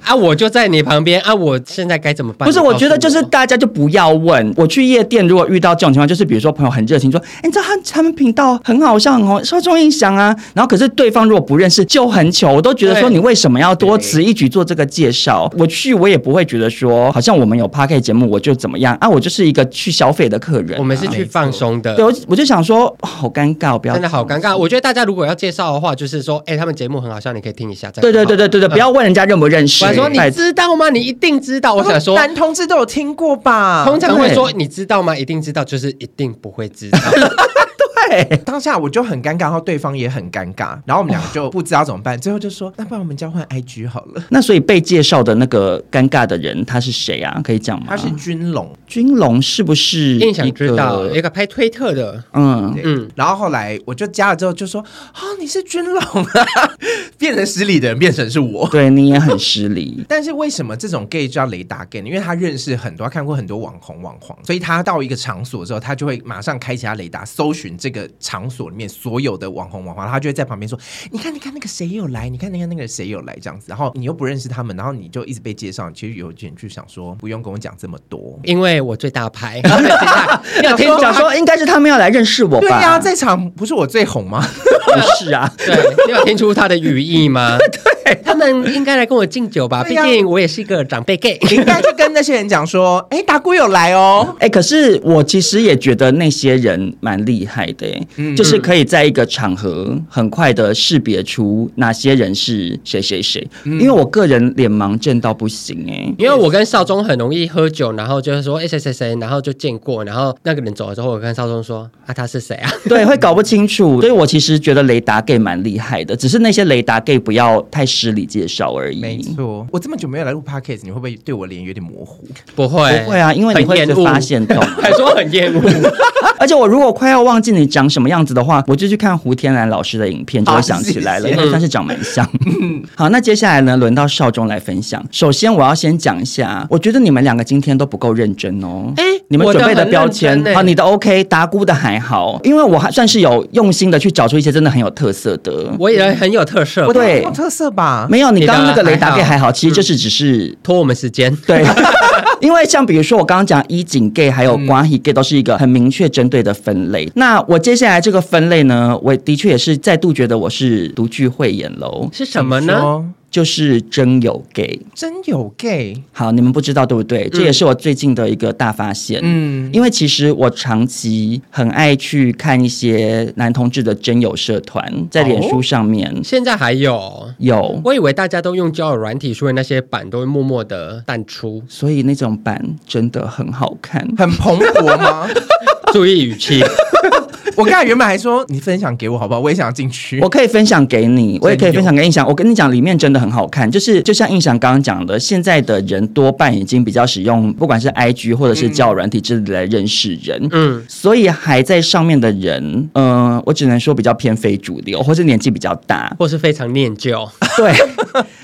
啊，我就在你旁边啊，我现在该怎么办？
不是，
你哦告
我
诉
觉
我
得就是大家就不要问。我去夜店，如果遇到这种情况，就是比如说朋友很热情说，哎、你知道他他们频道很好哦笑，很红，受众印象啊。然后可是对方如果不认识，就很糗。我都觉得说
对
你为什么要多
对
此一举做这个介绍？我去我也不会觉得说好像我们有 p a r k 节目我就怎么样啊，我就是一个去消费的客人啊、
我们是去放松
对，
的。
我我就想说哦好尴尬，不要
真的好尴尬，我觉得大家如果要介绍的话，就是说，哎、他们节目很好笑，你可以听一下。这样
对对
就好
对对哎对对，不要问人家认不认识。
嗯我还说
拜
你知道吗？你一定知道。我想说，
男同志都有听过吧？
啊
通常会
对
说你知道吗？一定知道，就是一定不会
*laughs*
知道。
对，
当下我就很尴尬，然后对方也很尴尬，然后我们两个就不知道怎么办，最后就说那不然我们交换 IG 好了。
那所以被介绍的那个尴尬的人他是谁啊？可以讲吗？
他是军龙，
军龙是不是
印象知
一
道，有
个
一个拍推特的，
嗯，
对
嗯
然后后来我就加了之后就说啊、你是军龙 *laughs* 啊，变成失礼的人变成是我。。
对你也很失礼
*laughs* 但是为什么这种 gay 就叫雷达 gay 呢？因为他认识很多，他看过很多网红网黄，所以他到一个场所之后，他就会马上开启他雷达，搜寻这个场所里面所有的网红网黄，他就会在旁边说：“你看，你看那个谁有来，你看，你看那个谁有来。”这样子，然后你又不认识他们，然后你就一直被介绍，其实有点就想说，不用跟我讲这么多。
因为我最大牌，
*laughs*
要听
想说应该是他们要来认识我吧？
对呀、这场不是我最红吗？
不是啊。 *laughs*
对，你有听出他的语义吗？对，他们应该来跟我敬酒吧，
对
毕
呀
竟我也是一个长辈 gay。
应该就跟那些人讲说，哎、达姑有来哦。
哎、可是我其实也觉得那些人蛮厉害的、哎就是可以在一个场合很快的识别出哪些人是谁谁谁。因为我个人脸盲症到不行哎、
因为我跟少宗很容易喝酒，然后就是说哎谁谁谁，然后就见过，然后那个人走了之后，我跟少宗说啊他是谁啊？ *laughs*
对，会搞不清楚。所以我其实觉得得雷达 gay 蛮厉害的，只是那些雷达 gay 不要太失礼介绍而已。
*laughs* 没错，我这么久没有来录 podcast，你会不会对我脸有点模糊？
不会
不会啊，因为你
很
会一
厌
直
恶
发现到。
还说很厌恶，
*laughs* 而且我如果快要忘记你长什么样子的话，我就去看胡天蓝老师的影片，就会想起来了，
谢
因
谢
为算是长蛮像。
嗯
*laughs* 好，那接下来呢，轮到少中来分享。首先，我要先讲一下，我觉得你们两个今天都不够认真哦。
哎
你们
我的
准备的
很
标
认
签
真哎
啊，你的 OK，达姑的还好，因为我还算是有用心的去找出一些真的很有特色的。
我也很有特色吧。
对
有特色吧？
没有，你
你的
刚刚那个雷达 gay
还好
还
嗯
好，其实就是只是
拖我们时间，
对， *laughs* 因为像比如说我刚刚讲衣锦 gay 还有瓜 *laughs* 喜 gay 都是一个很明确针对的分类。那我接下来这个分类呢，我的确也是再度觉得我是独具慧眼喽，
是什么呢？
说？
就是真有 gay。
真有 gay？
好，你们不知道对不对？这也是我最近的一个大发现。
嗯，
因为其实我长期很爱去看一些男同志的真友社团，在脸书上面、
现在还有。
有，。
我以为大家都用交友软体，所以那些版都会默默的淡出
所以那种版真的很好看。
很蓬勃吗？
注意
*laughs*
语气，
我刚才原本还说你分享给我好不好？我也想进去。
我可以分享给你，我也可以分享给印象。我跟你讲，里面真的很好看，就是就像印象刚刚讲的，现在的人多半已经比较使用不管是 IG 或者是交友软体之类来认识人。
嗯，
所以还在上面的人，嗯、我只能说比较偏非主流，或是年纪比较大，
或是非常念旧，
*laughs* 对，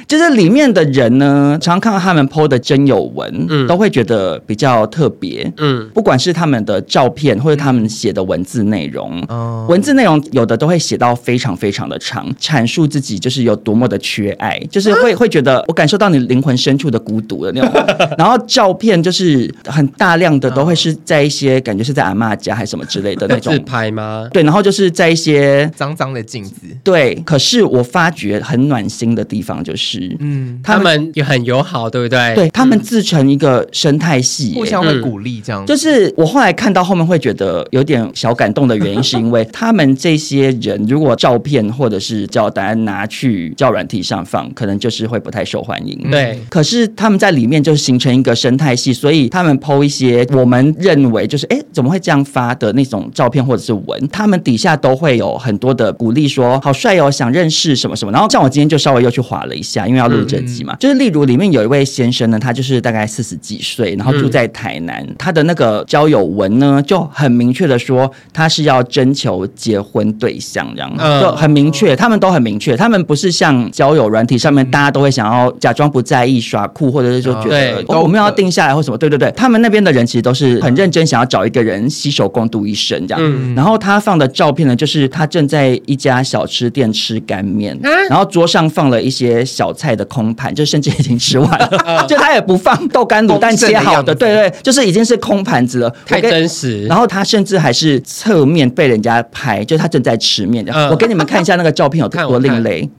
就是里面的人呢，常看到他们 PO 的真有文，
嗯
都会觉得比较特别，
嗯，
不管是他们的照片或者他们写的文字内容，
哦
文字内容有的都会写到非常非常的长，阐述自己就是有多么的缺爱，就是会、
啊
会觉得我感受到你灵魂深处的孤独的那
*laughs*
种。然后照片就是很大量的都会是在一些感觉是在阿嬷家还是什么之类的那种
*laughs* 自，拍吗？
对，然后就是在一些。
脏脏的镜子，
对，可是我发觉很暖心的地方就是，
嗯，
他们也很友好，对不对？
对他们自成一个生态系、
互
欸
相会鼓励这样。
就是我后来看到后面会觉得有点小感动的原因，是因为他们这些人如果照片或者是教答案拿去教软体上放，可能就是会不太受欢
嗯
迎。
对，
可是他们在里面就是形成一个生态系，所以他们剖一些我们认为就是哎怎么会这样发的那种照片或者是文，他们底下都会有很多的鼓励说好帅哦，想认识什么什么。然后像我今天就稍微又去划了一下，因为要录这集嘛，就是例如里面有一位先生呢，他就是大概四十几岁，然后住在台南，他的那个交友文呢就很明确的说他是要征求结婚对象这样，
嗯
就很明确，他们都很明确，他们不是像交友软体上面大家都会想要假装不在意耍酷，或者是说觉得
嗯对嗯
哦我们要定下来或什么，对对对，他们那边的人其实都是很认真，想要找一个人携手共度一生这样。
嗯
然后他放的照片呢，就是他正在一家小吃店吃干面，
啊
然后桌上放了一些小菜的空盘，就甚至已经吃完
*laughs*
了，
嗯
就他也不放豆干卤蛋
丰盛的
切好的，
样子
对对，就是已经是空盘子了。
太
我跟
真实。
然后他甚至还是侧面被人家拍，就是他正在吃面这样。
嗯
我给你们看一下那个照片有
看我
多另
看
类，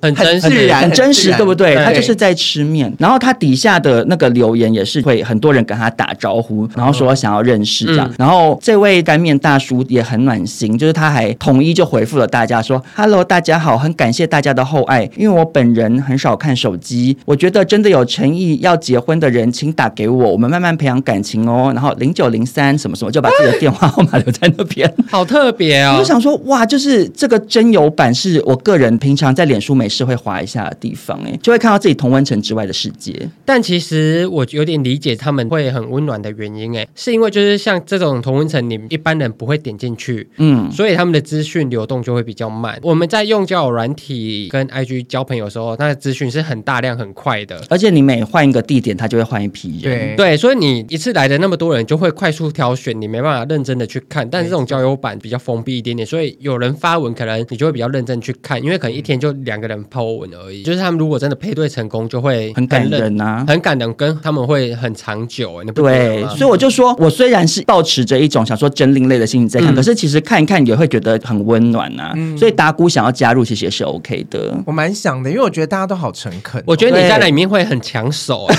很真
很自
实，
然
很真实，
自然
对不对？
对
他就是在吃面，然后他底下的那个留言也是会很多人跟他打招呼，然后说想要认识这样。
嗯
然后这位干面大叔也很暖心，就是他还统一就回复了大家说：“Hello，大家好，很感谢大家的厚爱，因为我本人很少看手机，我觉得真的有诚意要结婚的人，请打给我，我们慢慢培养感情哦。”然后零九零三什么什么就把自己的电话号码留在那边。
好特别
我
哦
啊
就。想说，哇，就是这个真有版是我个人平常在脸书美事会划一下的地方、欸，就会看到自己同温层之外的世界。
但其实我有点理解他们会很温暖的原因，哎，是因为就是像这种同温层，你一般人不会点进去，
嗯，
所以他们的资讯流动就会比较慢。我们在用交友软体跟 IG 交朋友的时候，那资讯是很大量、很快的。
而且你每换一个地点，它就会换一批人。
对，
对，所以你一次来的那么多人，就会快速挑选，你没办法认真的去看。但是这种交友版比较封闭一点点，所以有人发文，可能你就会比较认真去看，因为可能一天就两个人抛文而已。就是他们如果真的配对成功，就会
很感
认
人啊
很感人，跟他们会很长久。哎你不觉得
对，
吗
所以我就说，我虽然是抱持着一种想说真另类的心情在看，
嗯
可是其实看一看也会觉得很温暖啊。
嗯
所以达姑想要加入，其实也是 OK 的。
我蛮想的，因为我觉得大家都好诚恳哦。
我觉得你
对
在那里面会很抢手。哎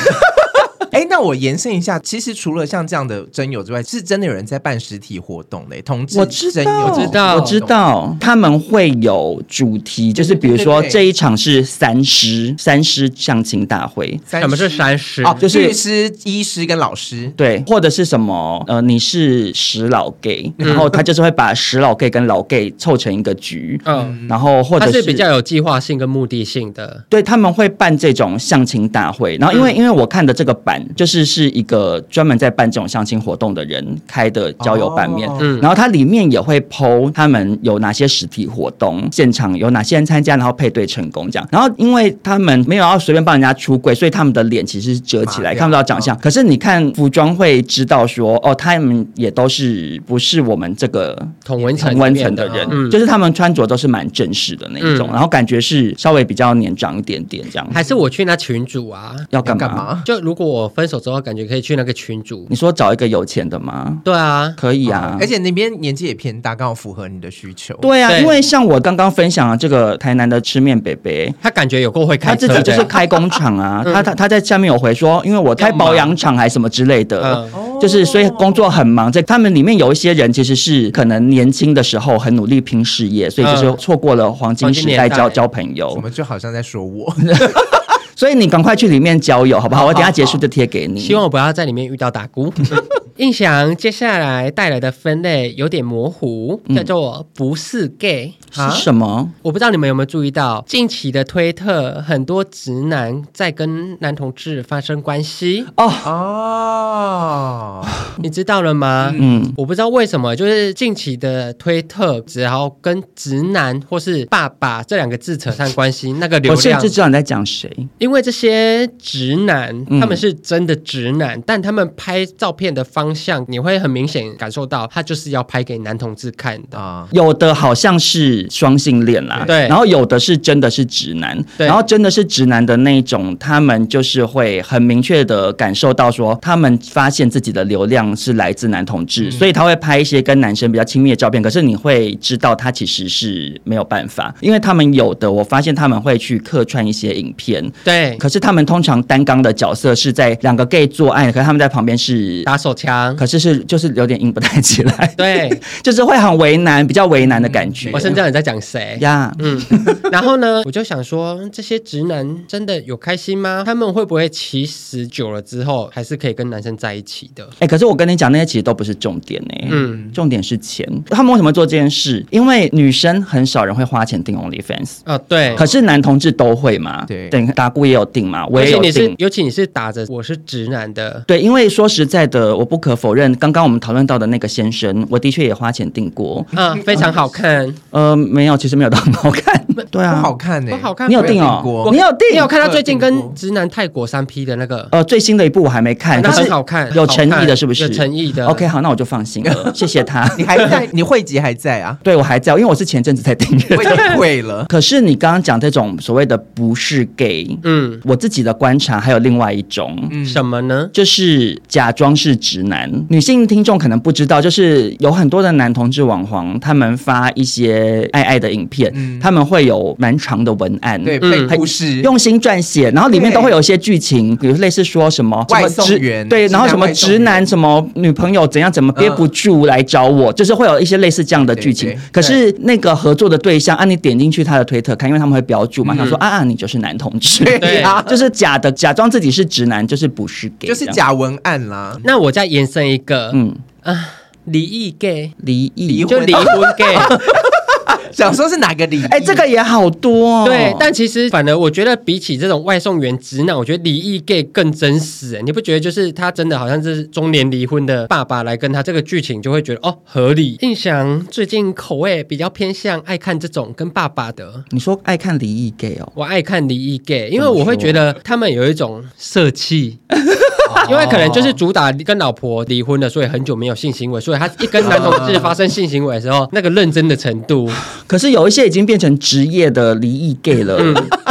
哎，那那我延伸一下，其实除了像这样的征友之外，是真的有人在办实体活动嘞、同志
我知
征
道，
友，
我知道
我知。道，他们会有主题，就是比如说
对对对
这一场是三师三师相亲大会，
三
什么是
师
三师？
哦，
就是
律师、医师跟老师。
对，或者是什么呃，你是石老 gay，然
嗯
后他就是会把石老 gay 跟老 gay 凑成一个局，
嗯，
然后或
它
者
是比较有计划性跟目的性的。
对他们会办这种相亲大会，然后因为、因为我看的这个版就是是一个专门在办这种相亲活动的人开的交友版面，
哦
嗯
然后它里面也会 PO 他们有哪些实体活动，现场有哪些人参加，然后配对成功这样。然后因为他们没有要随便帮人家出柜，所以他们的脸其实是遮起
麻
来，
掉
看不到长相。可是你看服装会知道说，哦，他们也都是不是我们这个
同文层
同温层的人，
嗯
就是他们穿着都是蛮正式的那一种，
嗯
然后感觉是稍微比较年长一点点这样。
还是我去那群主啊？
要干嘛？
要干嘛
就如果我分手之后，感觉可以去那个群主
你。说找一个有钱的吗？
对啊，
可以啊，
而且那边年纪也偏大，刚好符合你的需求。
对啊，
对
因为像我刚刚分享的这个台南的吃面北北，
他感觉有够会
他
开
自
车嗯
己
的，啊
就是开工厂啊，他他他在下面有回说，因为我开保养厂还什么之类的
嗯，
就是所以工作很忙。这他们里面有一些人其实是可能年轻的时候很努力拼事业，所以就是
嗯
错过了黄金
黄金
时代
年代
交交朋
我
友。
们就好像在说我，
所以你赶快去里面交友好不好？我等一下结束就贴给你。
希望我不要在里面遇到打
*laughs*
鼓。印翔接下来带来的分类有点模糊，
嗯
叫做不是 gay 啊
是什么？
我不知道你们有没有注意到，近期的推特很多直男在跟男同志发生关系，
哦，
哦，
你知道了吗？
嗯，
我不知道为什么，就是近期的推特只要跟直男或是爸爸这两个字扯上关系，那个流
我甚
量
至知道你在讲谁。
因为这些直男，
嗯
他们是真的直男，但他们拍照片的方向，你会很明显感受到，他就是要拍给男同志看的。
啊，
有的好像是双性恋啦，
对
然后有的是真的是直男，
对
然后真的是直男的那一种，他们就是会很明确的感受到说，他们发现自己的流量是来自男同
嗯
志，所以他会拍一些跟男生比较亲密的照片，可是你会知道他其实是没有办法，因为他们有的我发现他们会去客串一些影片，
对，
可是他们通常担纲的角色是在两个 gay 做爱，可是他们在旁边是。
打手枪，
可是是就是有点硬不太起来， *laughs*
对
就是会很为难，比较为难的感觉。
嗯我甚至知道你在讲谁。
呀，
嗯， *laughs* 然后呢，我就想说，这些直男真的有开心吗？他们会不会其实久了之后，还是可以跟男生在一起的？
哎、可是我跟你讲，那些其实都不是重点呢、
嗯
重点是钱。他们为什么做这件事？因为女生很少人会花钱订 OnlyFans，
啊，对。
可是男同志都会嘛。
对
等达姑也有订嘛，我
而
也
且
有
你是
订，。
尤其你是打着我是直男的，
对，因为说实在的，我不可否认，刚刚我们讨论到的那个先生，我的确也花钱订过。
嗯，非常好看，
呃，没有，其实没有到很好看。对
不
啊，
好看呢、
不好看。
你有
我有
订哦
订过
你有
你
订
有？看到最近
我有订
跟
过
直男泰国三 P 的那个？
呃，最新的一部我还没看，
那
可
很
是
好看，
有诚意
好
的，
看
是不是？
有诚意的。
OK，好，那我就放心
*laughs*
了，谢谢他。 *laughs*
你还在？你汇集还在啊？
对我还在，因为我是前阵子才订阅
*laughs*
我已经汇了。
可是你刚刚讲这种所谓的不是 gay，
嗯，
我自己的观察还有另外一种。
嗯
什么呢？
就是假装是直男，女性听众可能不知道，就是有很多的男同志网黄，他们发一些爱爱的影片，
嗯
他们会有蛮长的文案，
对，
嗯
被
很
故事
用心撰写，然后里面
对
都会有一些剧情，比如类似说什么什
外
么
送
直
员
对，
直
然后
男
什么
外送
直男
员嗯
什么女朋友怎样怎么憋不住来找我，就是会有一些类似这样的剧情。
对对对
可是那个合作的对象，啊，你点进去他的推特看，因为他们会标注
嗯
嘛，他说啊啊，你就是男同
*laughs*
志，
对
啊，就是假的，假装自己是直男，就是不是 gay，
就是
这样。
假文案啦。
那我再延伸一个，
嗯，
离异 gay，
离异
离
就离婚 gay。
想说是哪个礼？
哎、这个也好多、哦，
对，但其实反而我觉得比起这种外送员直男，我觉得离异 gay 更真实。哎，你不觉得就是他真的好像是中年离婚的爸爸来跟他这个剧情，就会觉得哦合理。印象最近口味比较偏向爱看这种跟爸爸的。
你说爱看离异 gay 哦，
我爱看离异 gay，因为我会觉得他们有一种色气，因为可能就是主打跟老婆离婚了，所以很久没有性行为，所以他一跟男同志发生性行为的时候，那个认真的程度，
可是有一些已经变成职业的离异 gay 了。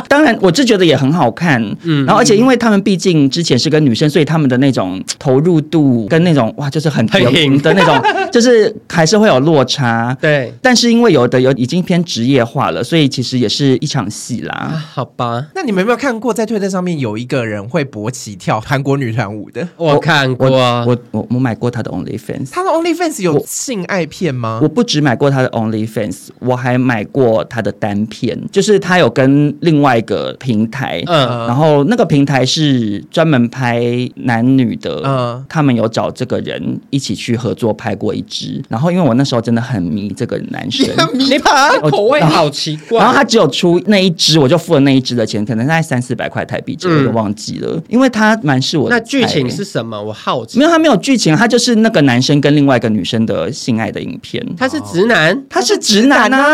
当然，我是觉得也很好看。嗯，然后而且因为他们毕竟之前是跟女生，所以他们的那种投入度跟那种哇，就是很
很
有
硬
的那种 *laughs* 就是还是会有落差。
对
但是因为有的有已经偏职业化了，所以其实也是一场戏啦。
啊，好吧，
那你们有没有看过，在推特上面有一个人会勃起跳韩国女团舞的？
我看过，
我我我我买过他的 OnlyFans，
他的 OnlyFans 有性爱片吗
我？不只买过他的 OnlyFans，我还买过他的单片，就是他有跟另外一个平台，
嗯
然后那个平台是专门拍男女的，
嗯
他们有找这个人一起去合作拍过一支，然后因为我那时候真的很迷这个男生。
你把
我
口味
然后
好奇怪，
然后他只有出那一支，我就付了那一支的钱，可能大概三四百块台币之类，我
嗯
都忘记了。因为他蛮是我的
那剧情
菜
是什么？我好奇
没，有，他没有剧情，他就是那个男生跟另外一个女生的性爱的影片。
他是直男，
他是直男啊，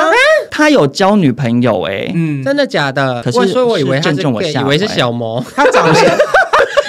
他有交女朋友哎、 *laughs*
嗯，
真的假的
可？是
我说我以为他
是正中我
gay，
下
以为是
怀
小
*laughs*
魔，
他长得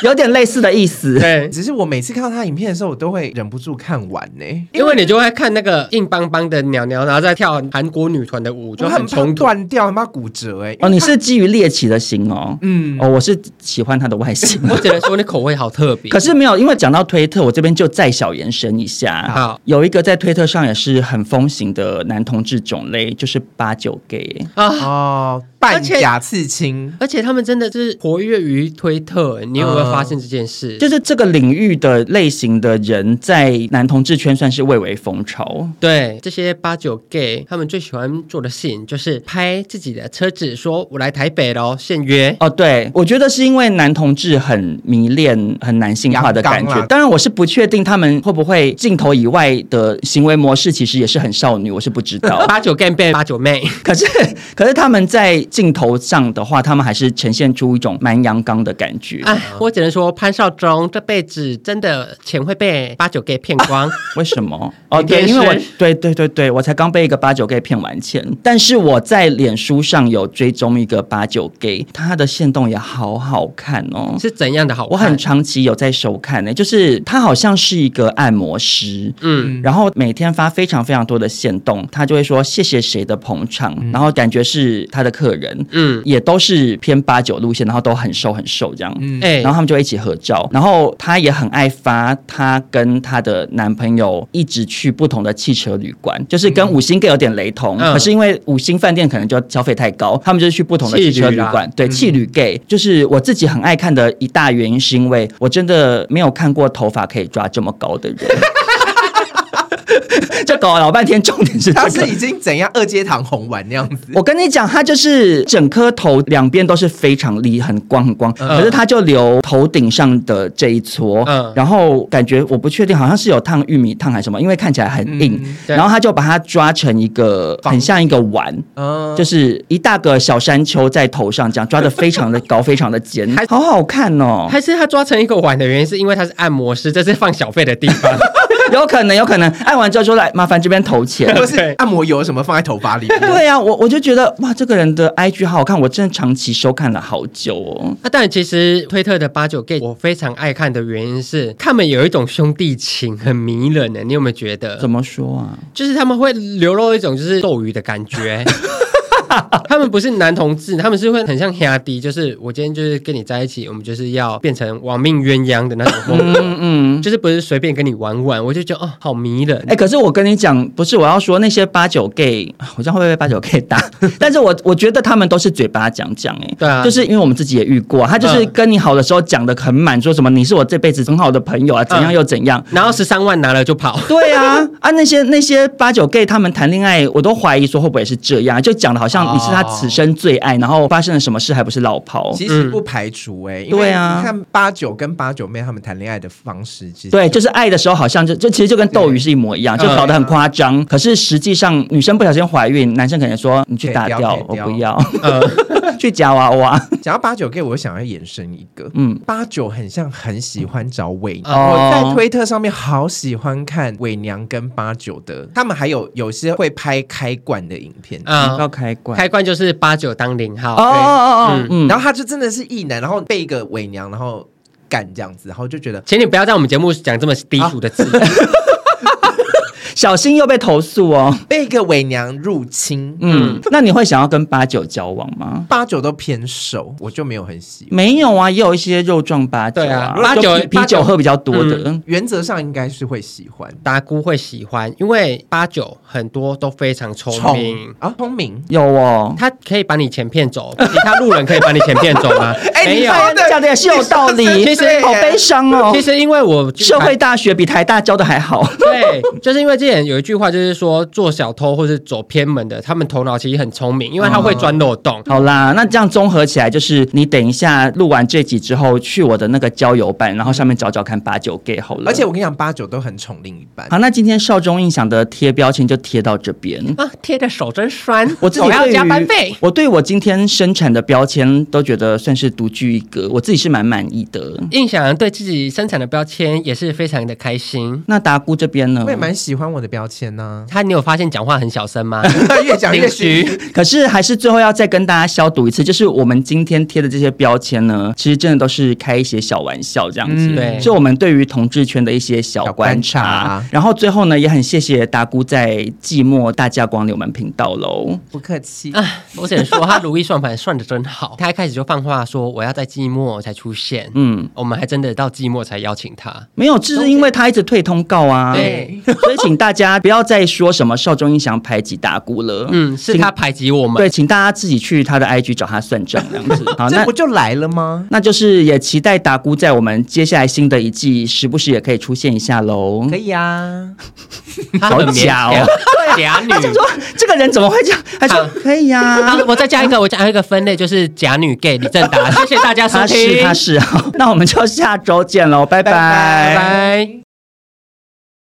有点类似的意思。
*laughs* 对，
只是我每次看到他影片的时候，我都会忍不住看完呢、
因为你就会看那个硬邦邦的鸟鸟，然后再跳韩国女团的舞，就
我
很
很怕
冲突。
断掉，很怕骨折哎、
哦，你是基于猎奇的心哦，
嗯，
哦，我是喜欢他的外
*laughs*
形。
我只能说你口味好特
*laughs*
别。
可是没有，因为讲到推特，我这边就再小延伸一下。
好，
有一个在推特上也是很风行的男同志种类，就是八九 gay。
啊，
哦，半假刺青，
而且他们真的是活跃于推特，你有没有发现这件事？
嗯就是这个领域的类型的人，在男同志圈算是蔚为风潮。
对这些八九 gay，他们最喜欢做的事情就是拍自己的车子，说我来台北喽，现约。
哦，对，我觉得是因为男同志很迷恋、很男性化的感
阳刚啊
觉
啦。
当然，我是不确定他们会不会镜头以外的行为模式其实也是很少女，我是不知道。
八九 gay 变八九妹，
可是， *laughs* 可是他们在镜头上的话，他们还是呈现出一种蛮阳刚的感觉。
哎，我只能说潘少忠这辈子真的钱会被八九 gay 骗光。
为什
*laughs*
么？哦，
你
对，
变
因为我
身
对对对对，我才刚被一个八九 gay 骗完钱，但是我在脸书上有追踪一个八九 gay，他的线动也好好看哦，
是怎样的好看？
我很长期有在收看呢、欸就是他好像是一个按摩师。
嗯，
然后每天发非常非常多的线动，他就会说谢谢谁的捧场，然后感觉是他的客人，
嗯
也都是偏八九路线，然后都很瘦很瘦这样，
嗯
哎、
然后他们就一起合照，然后她也很爱发她跟她的男朋友一直去不同的汽车旅馆，就是跟五星 gay 有点雷同，
嗯
可是因为五星饭店可能就消费太高，他们就是去不同的汽车旅
汽旅
馆，对，汽旅 gay，、就是我自己很爱看的一大原因，是因为我真的没有看过头发可以抓这么高的人。 *laughs* 这搞了老半天，重点是这
他
个。
是已经怎样二阶堂红完那样子，
我跟你讲，他就是整颗头两边都是非常离很光很光，可是他就留头顶上的这一撮，
嗯
然后感觉我不确定，好像是有烫玉米烫还是什么，因为看起来很硬，
嗯对
然后他就把它抓成一个很像一个碗。
嗯，
就是一大个小山丘在头上，这样抓的非常的高，非常的尖
还，
好好看哦。
还是他抓成一个碗的原因是因为他是按摩师，这是放小费的地
*laughs*
方。
有可能，有可能，按完之后说来，麻烦这边投
*laughs*
钱。
或是按摩油什么放在头发里面，
对啊，我我就觉得哇，这个人的 IG 好好看，我真的长期收看了好久哦。
那但其实推特的八九 gay 我非常爱看的原因是，他们有一种兄弟情，很迷人的。你有没有觉得
怎？么说啊？
就是他们会流露一种就是斗鱼的感
*laughs*
觉。他们不是男同志，他们是会很像黑阿迪，就是我今天就是跟你在一起，我们就是要变成亡命鸳鸯的那种风格，
嗯嗯。
就是不是随便跟你玩玩，我就觉得哦，好迷人
哎、。可是我跟你讲，不是我要说那些八九 gay，我这 *laughs* 样会不会被八九 gay 打？ *laughs* 但是我我觉得他们都是嘴巴讲讲、哎，
对啊嗯
就是因为我们自己也遇过，他就是跟你好的时候讲的很满，说什么你是我这辈子很好的朋友啊，怎样又怎样。
然后十三万拿了就跑，
对啊， *laughs* 啊那些那些八九 gay 他们谈恋爱，我都怀疑说会不会是这样，就讲的好像你是他此生最爱，然后发生了什么事还不是老炮。
*laughs* 其实不排除哎、因
嗯
为
对啊
你看八九跟八九妹他们谈恋爱的方式，其实
对，就是爱的时候好像就就其实就跟斗鱼是一模一样，就搞得很夸张。可是实际上，女生不小心怀孕，男生可能说你去
可以
打
掉
掉
可以，
我
掉
不要。
呃，
*laughs* 去夹娃娃。
讲到八九 gay，我想要延伸一个，
嗯
嗯，八九很像很喜欢找伪娘，
哦
我在推特上面好喜欢看伪娘跟八九的，他们还有有些会拍开罐的影片，
啊、
要开关。
开关就是八九当零号。
哦哦哦哦，嗯，
然后他就真的是异男，然后被一个伪娘，然后干这样子，然后就觉得
啊 *laughs*
请你不要在我们节目讲这么低俗的字。
小心又被投诉哦。
被一个伪娘入侵，
嗯，那你会想要跟八九交往吗？
八九都偏瘦，我就没有很喜欢。
没有啊，也有一些肉壮八九
对啊
如果
八九
就啤啤
八九
酒喝比较多的，
原则上应该是会喜欢，
达姑会喜欢，因为八九很多都非常聪明，
啊，聪明。
有哦。
他可以把你钱骗走，其他路人可以把你钱骗走
*laughs*
吗？
哎
没
你
有。
说的
讲的也是有道理，
你说的对耶
好悲伤哦
其。实因为我
社 *laughs* 会大学比台大教的还好，
对，就是因为之前有一句话，就是说做小偷或是走偏门的，他们头脑其实很聪明，因为他会钻漏洞。
好啦，那这样综合起来，就是你等一下录完这集之后，去我的那个交友版，然后上面找找看八九 gay 好了。
而且我跟你讲，八九都很宠另一半。
好，那今天少中印象的贴标签就贴到这边。
啊，贴的手真酸，
我自己
手要
对于
加班费。
我对我今天生产的标签都觉得算是独具一格，我自己是蛮满意的。
印象对自己生产的标签也是非常的开心。
那达姑这边呢
我？也蛮喜欢我的标签呢、
他，你有发现讲话很小声吗？
越讲越虚。
可是还是最后要再跟大家消毒一次，就是我们今天贴的这些标签呢，其实真的都是开一些小玩笑这样子，
嗯
对
是我们对于同志圈的一些小观察。
小观察
然后最后呢，也很谢谢达姑在寂寞大驾光临我们频道喽。
不客气，
我只能说他如意算盘算的真好，他一开始就放话说我要在寂寞才出现，
嗯，
我们还真的到寂寞才邀请他。
没有，这是因为他一直退通告啊，
对，
所以请大家不要再说什么少中音响排挤达姑了，
嗯，是他排挤我们
对，。请大家自己去他的 IG 找他算账这样
*laughs*
子。好，
这
那
不就来了吗？
那就是也期待达姑在我们接下来新的一季，时不时也可以出现一下喽。
可以啊，
他
好
很勉
假 *laughs*
强
哦，
*laughs* 假女。
想说这个人怎么会这样？还说
啊
可以呀、
啊，我再加一个，我加一个分类，就是假女 gay 李正
*laughs*
达，谢谢大家收
他是
听，
他是，好，那我们就下周见喽，拜
拜
拜拜。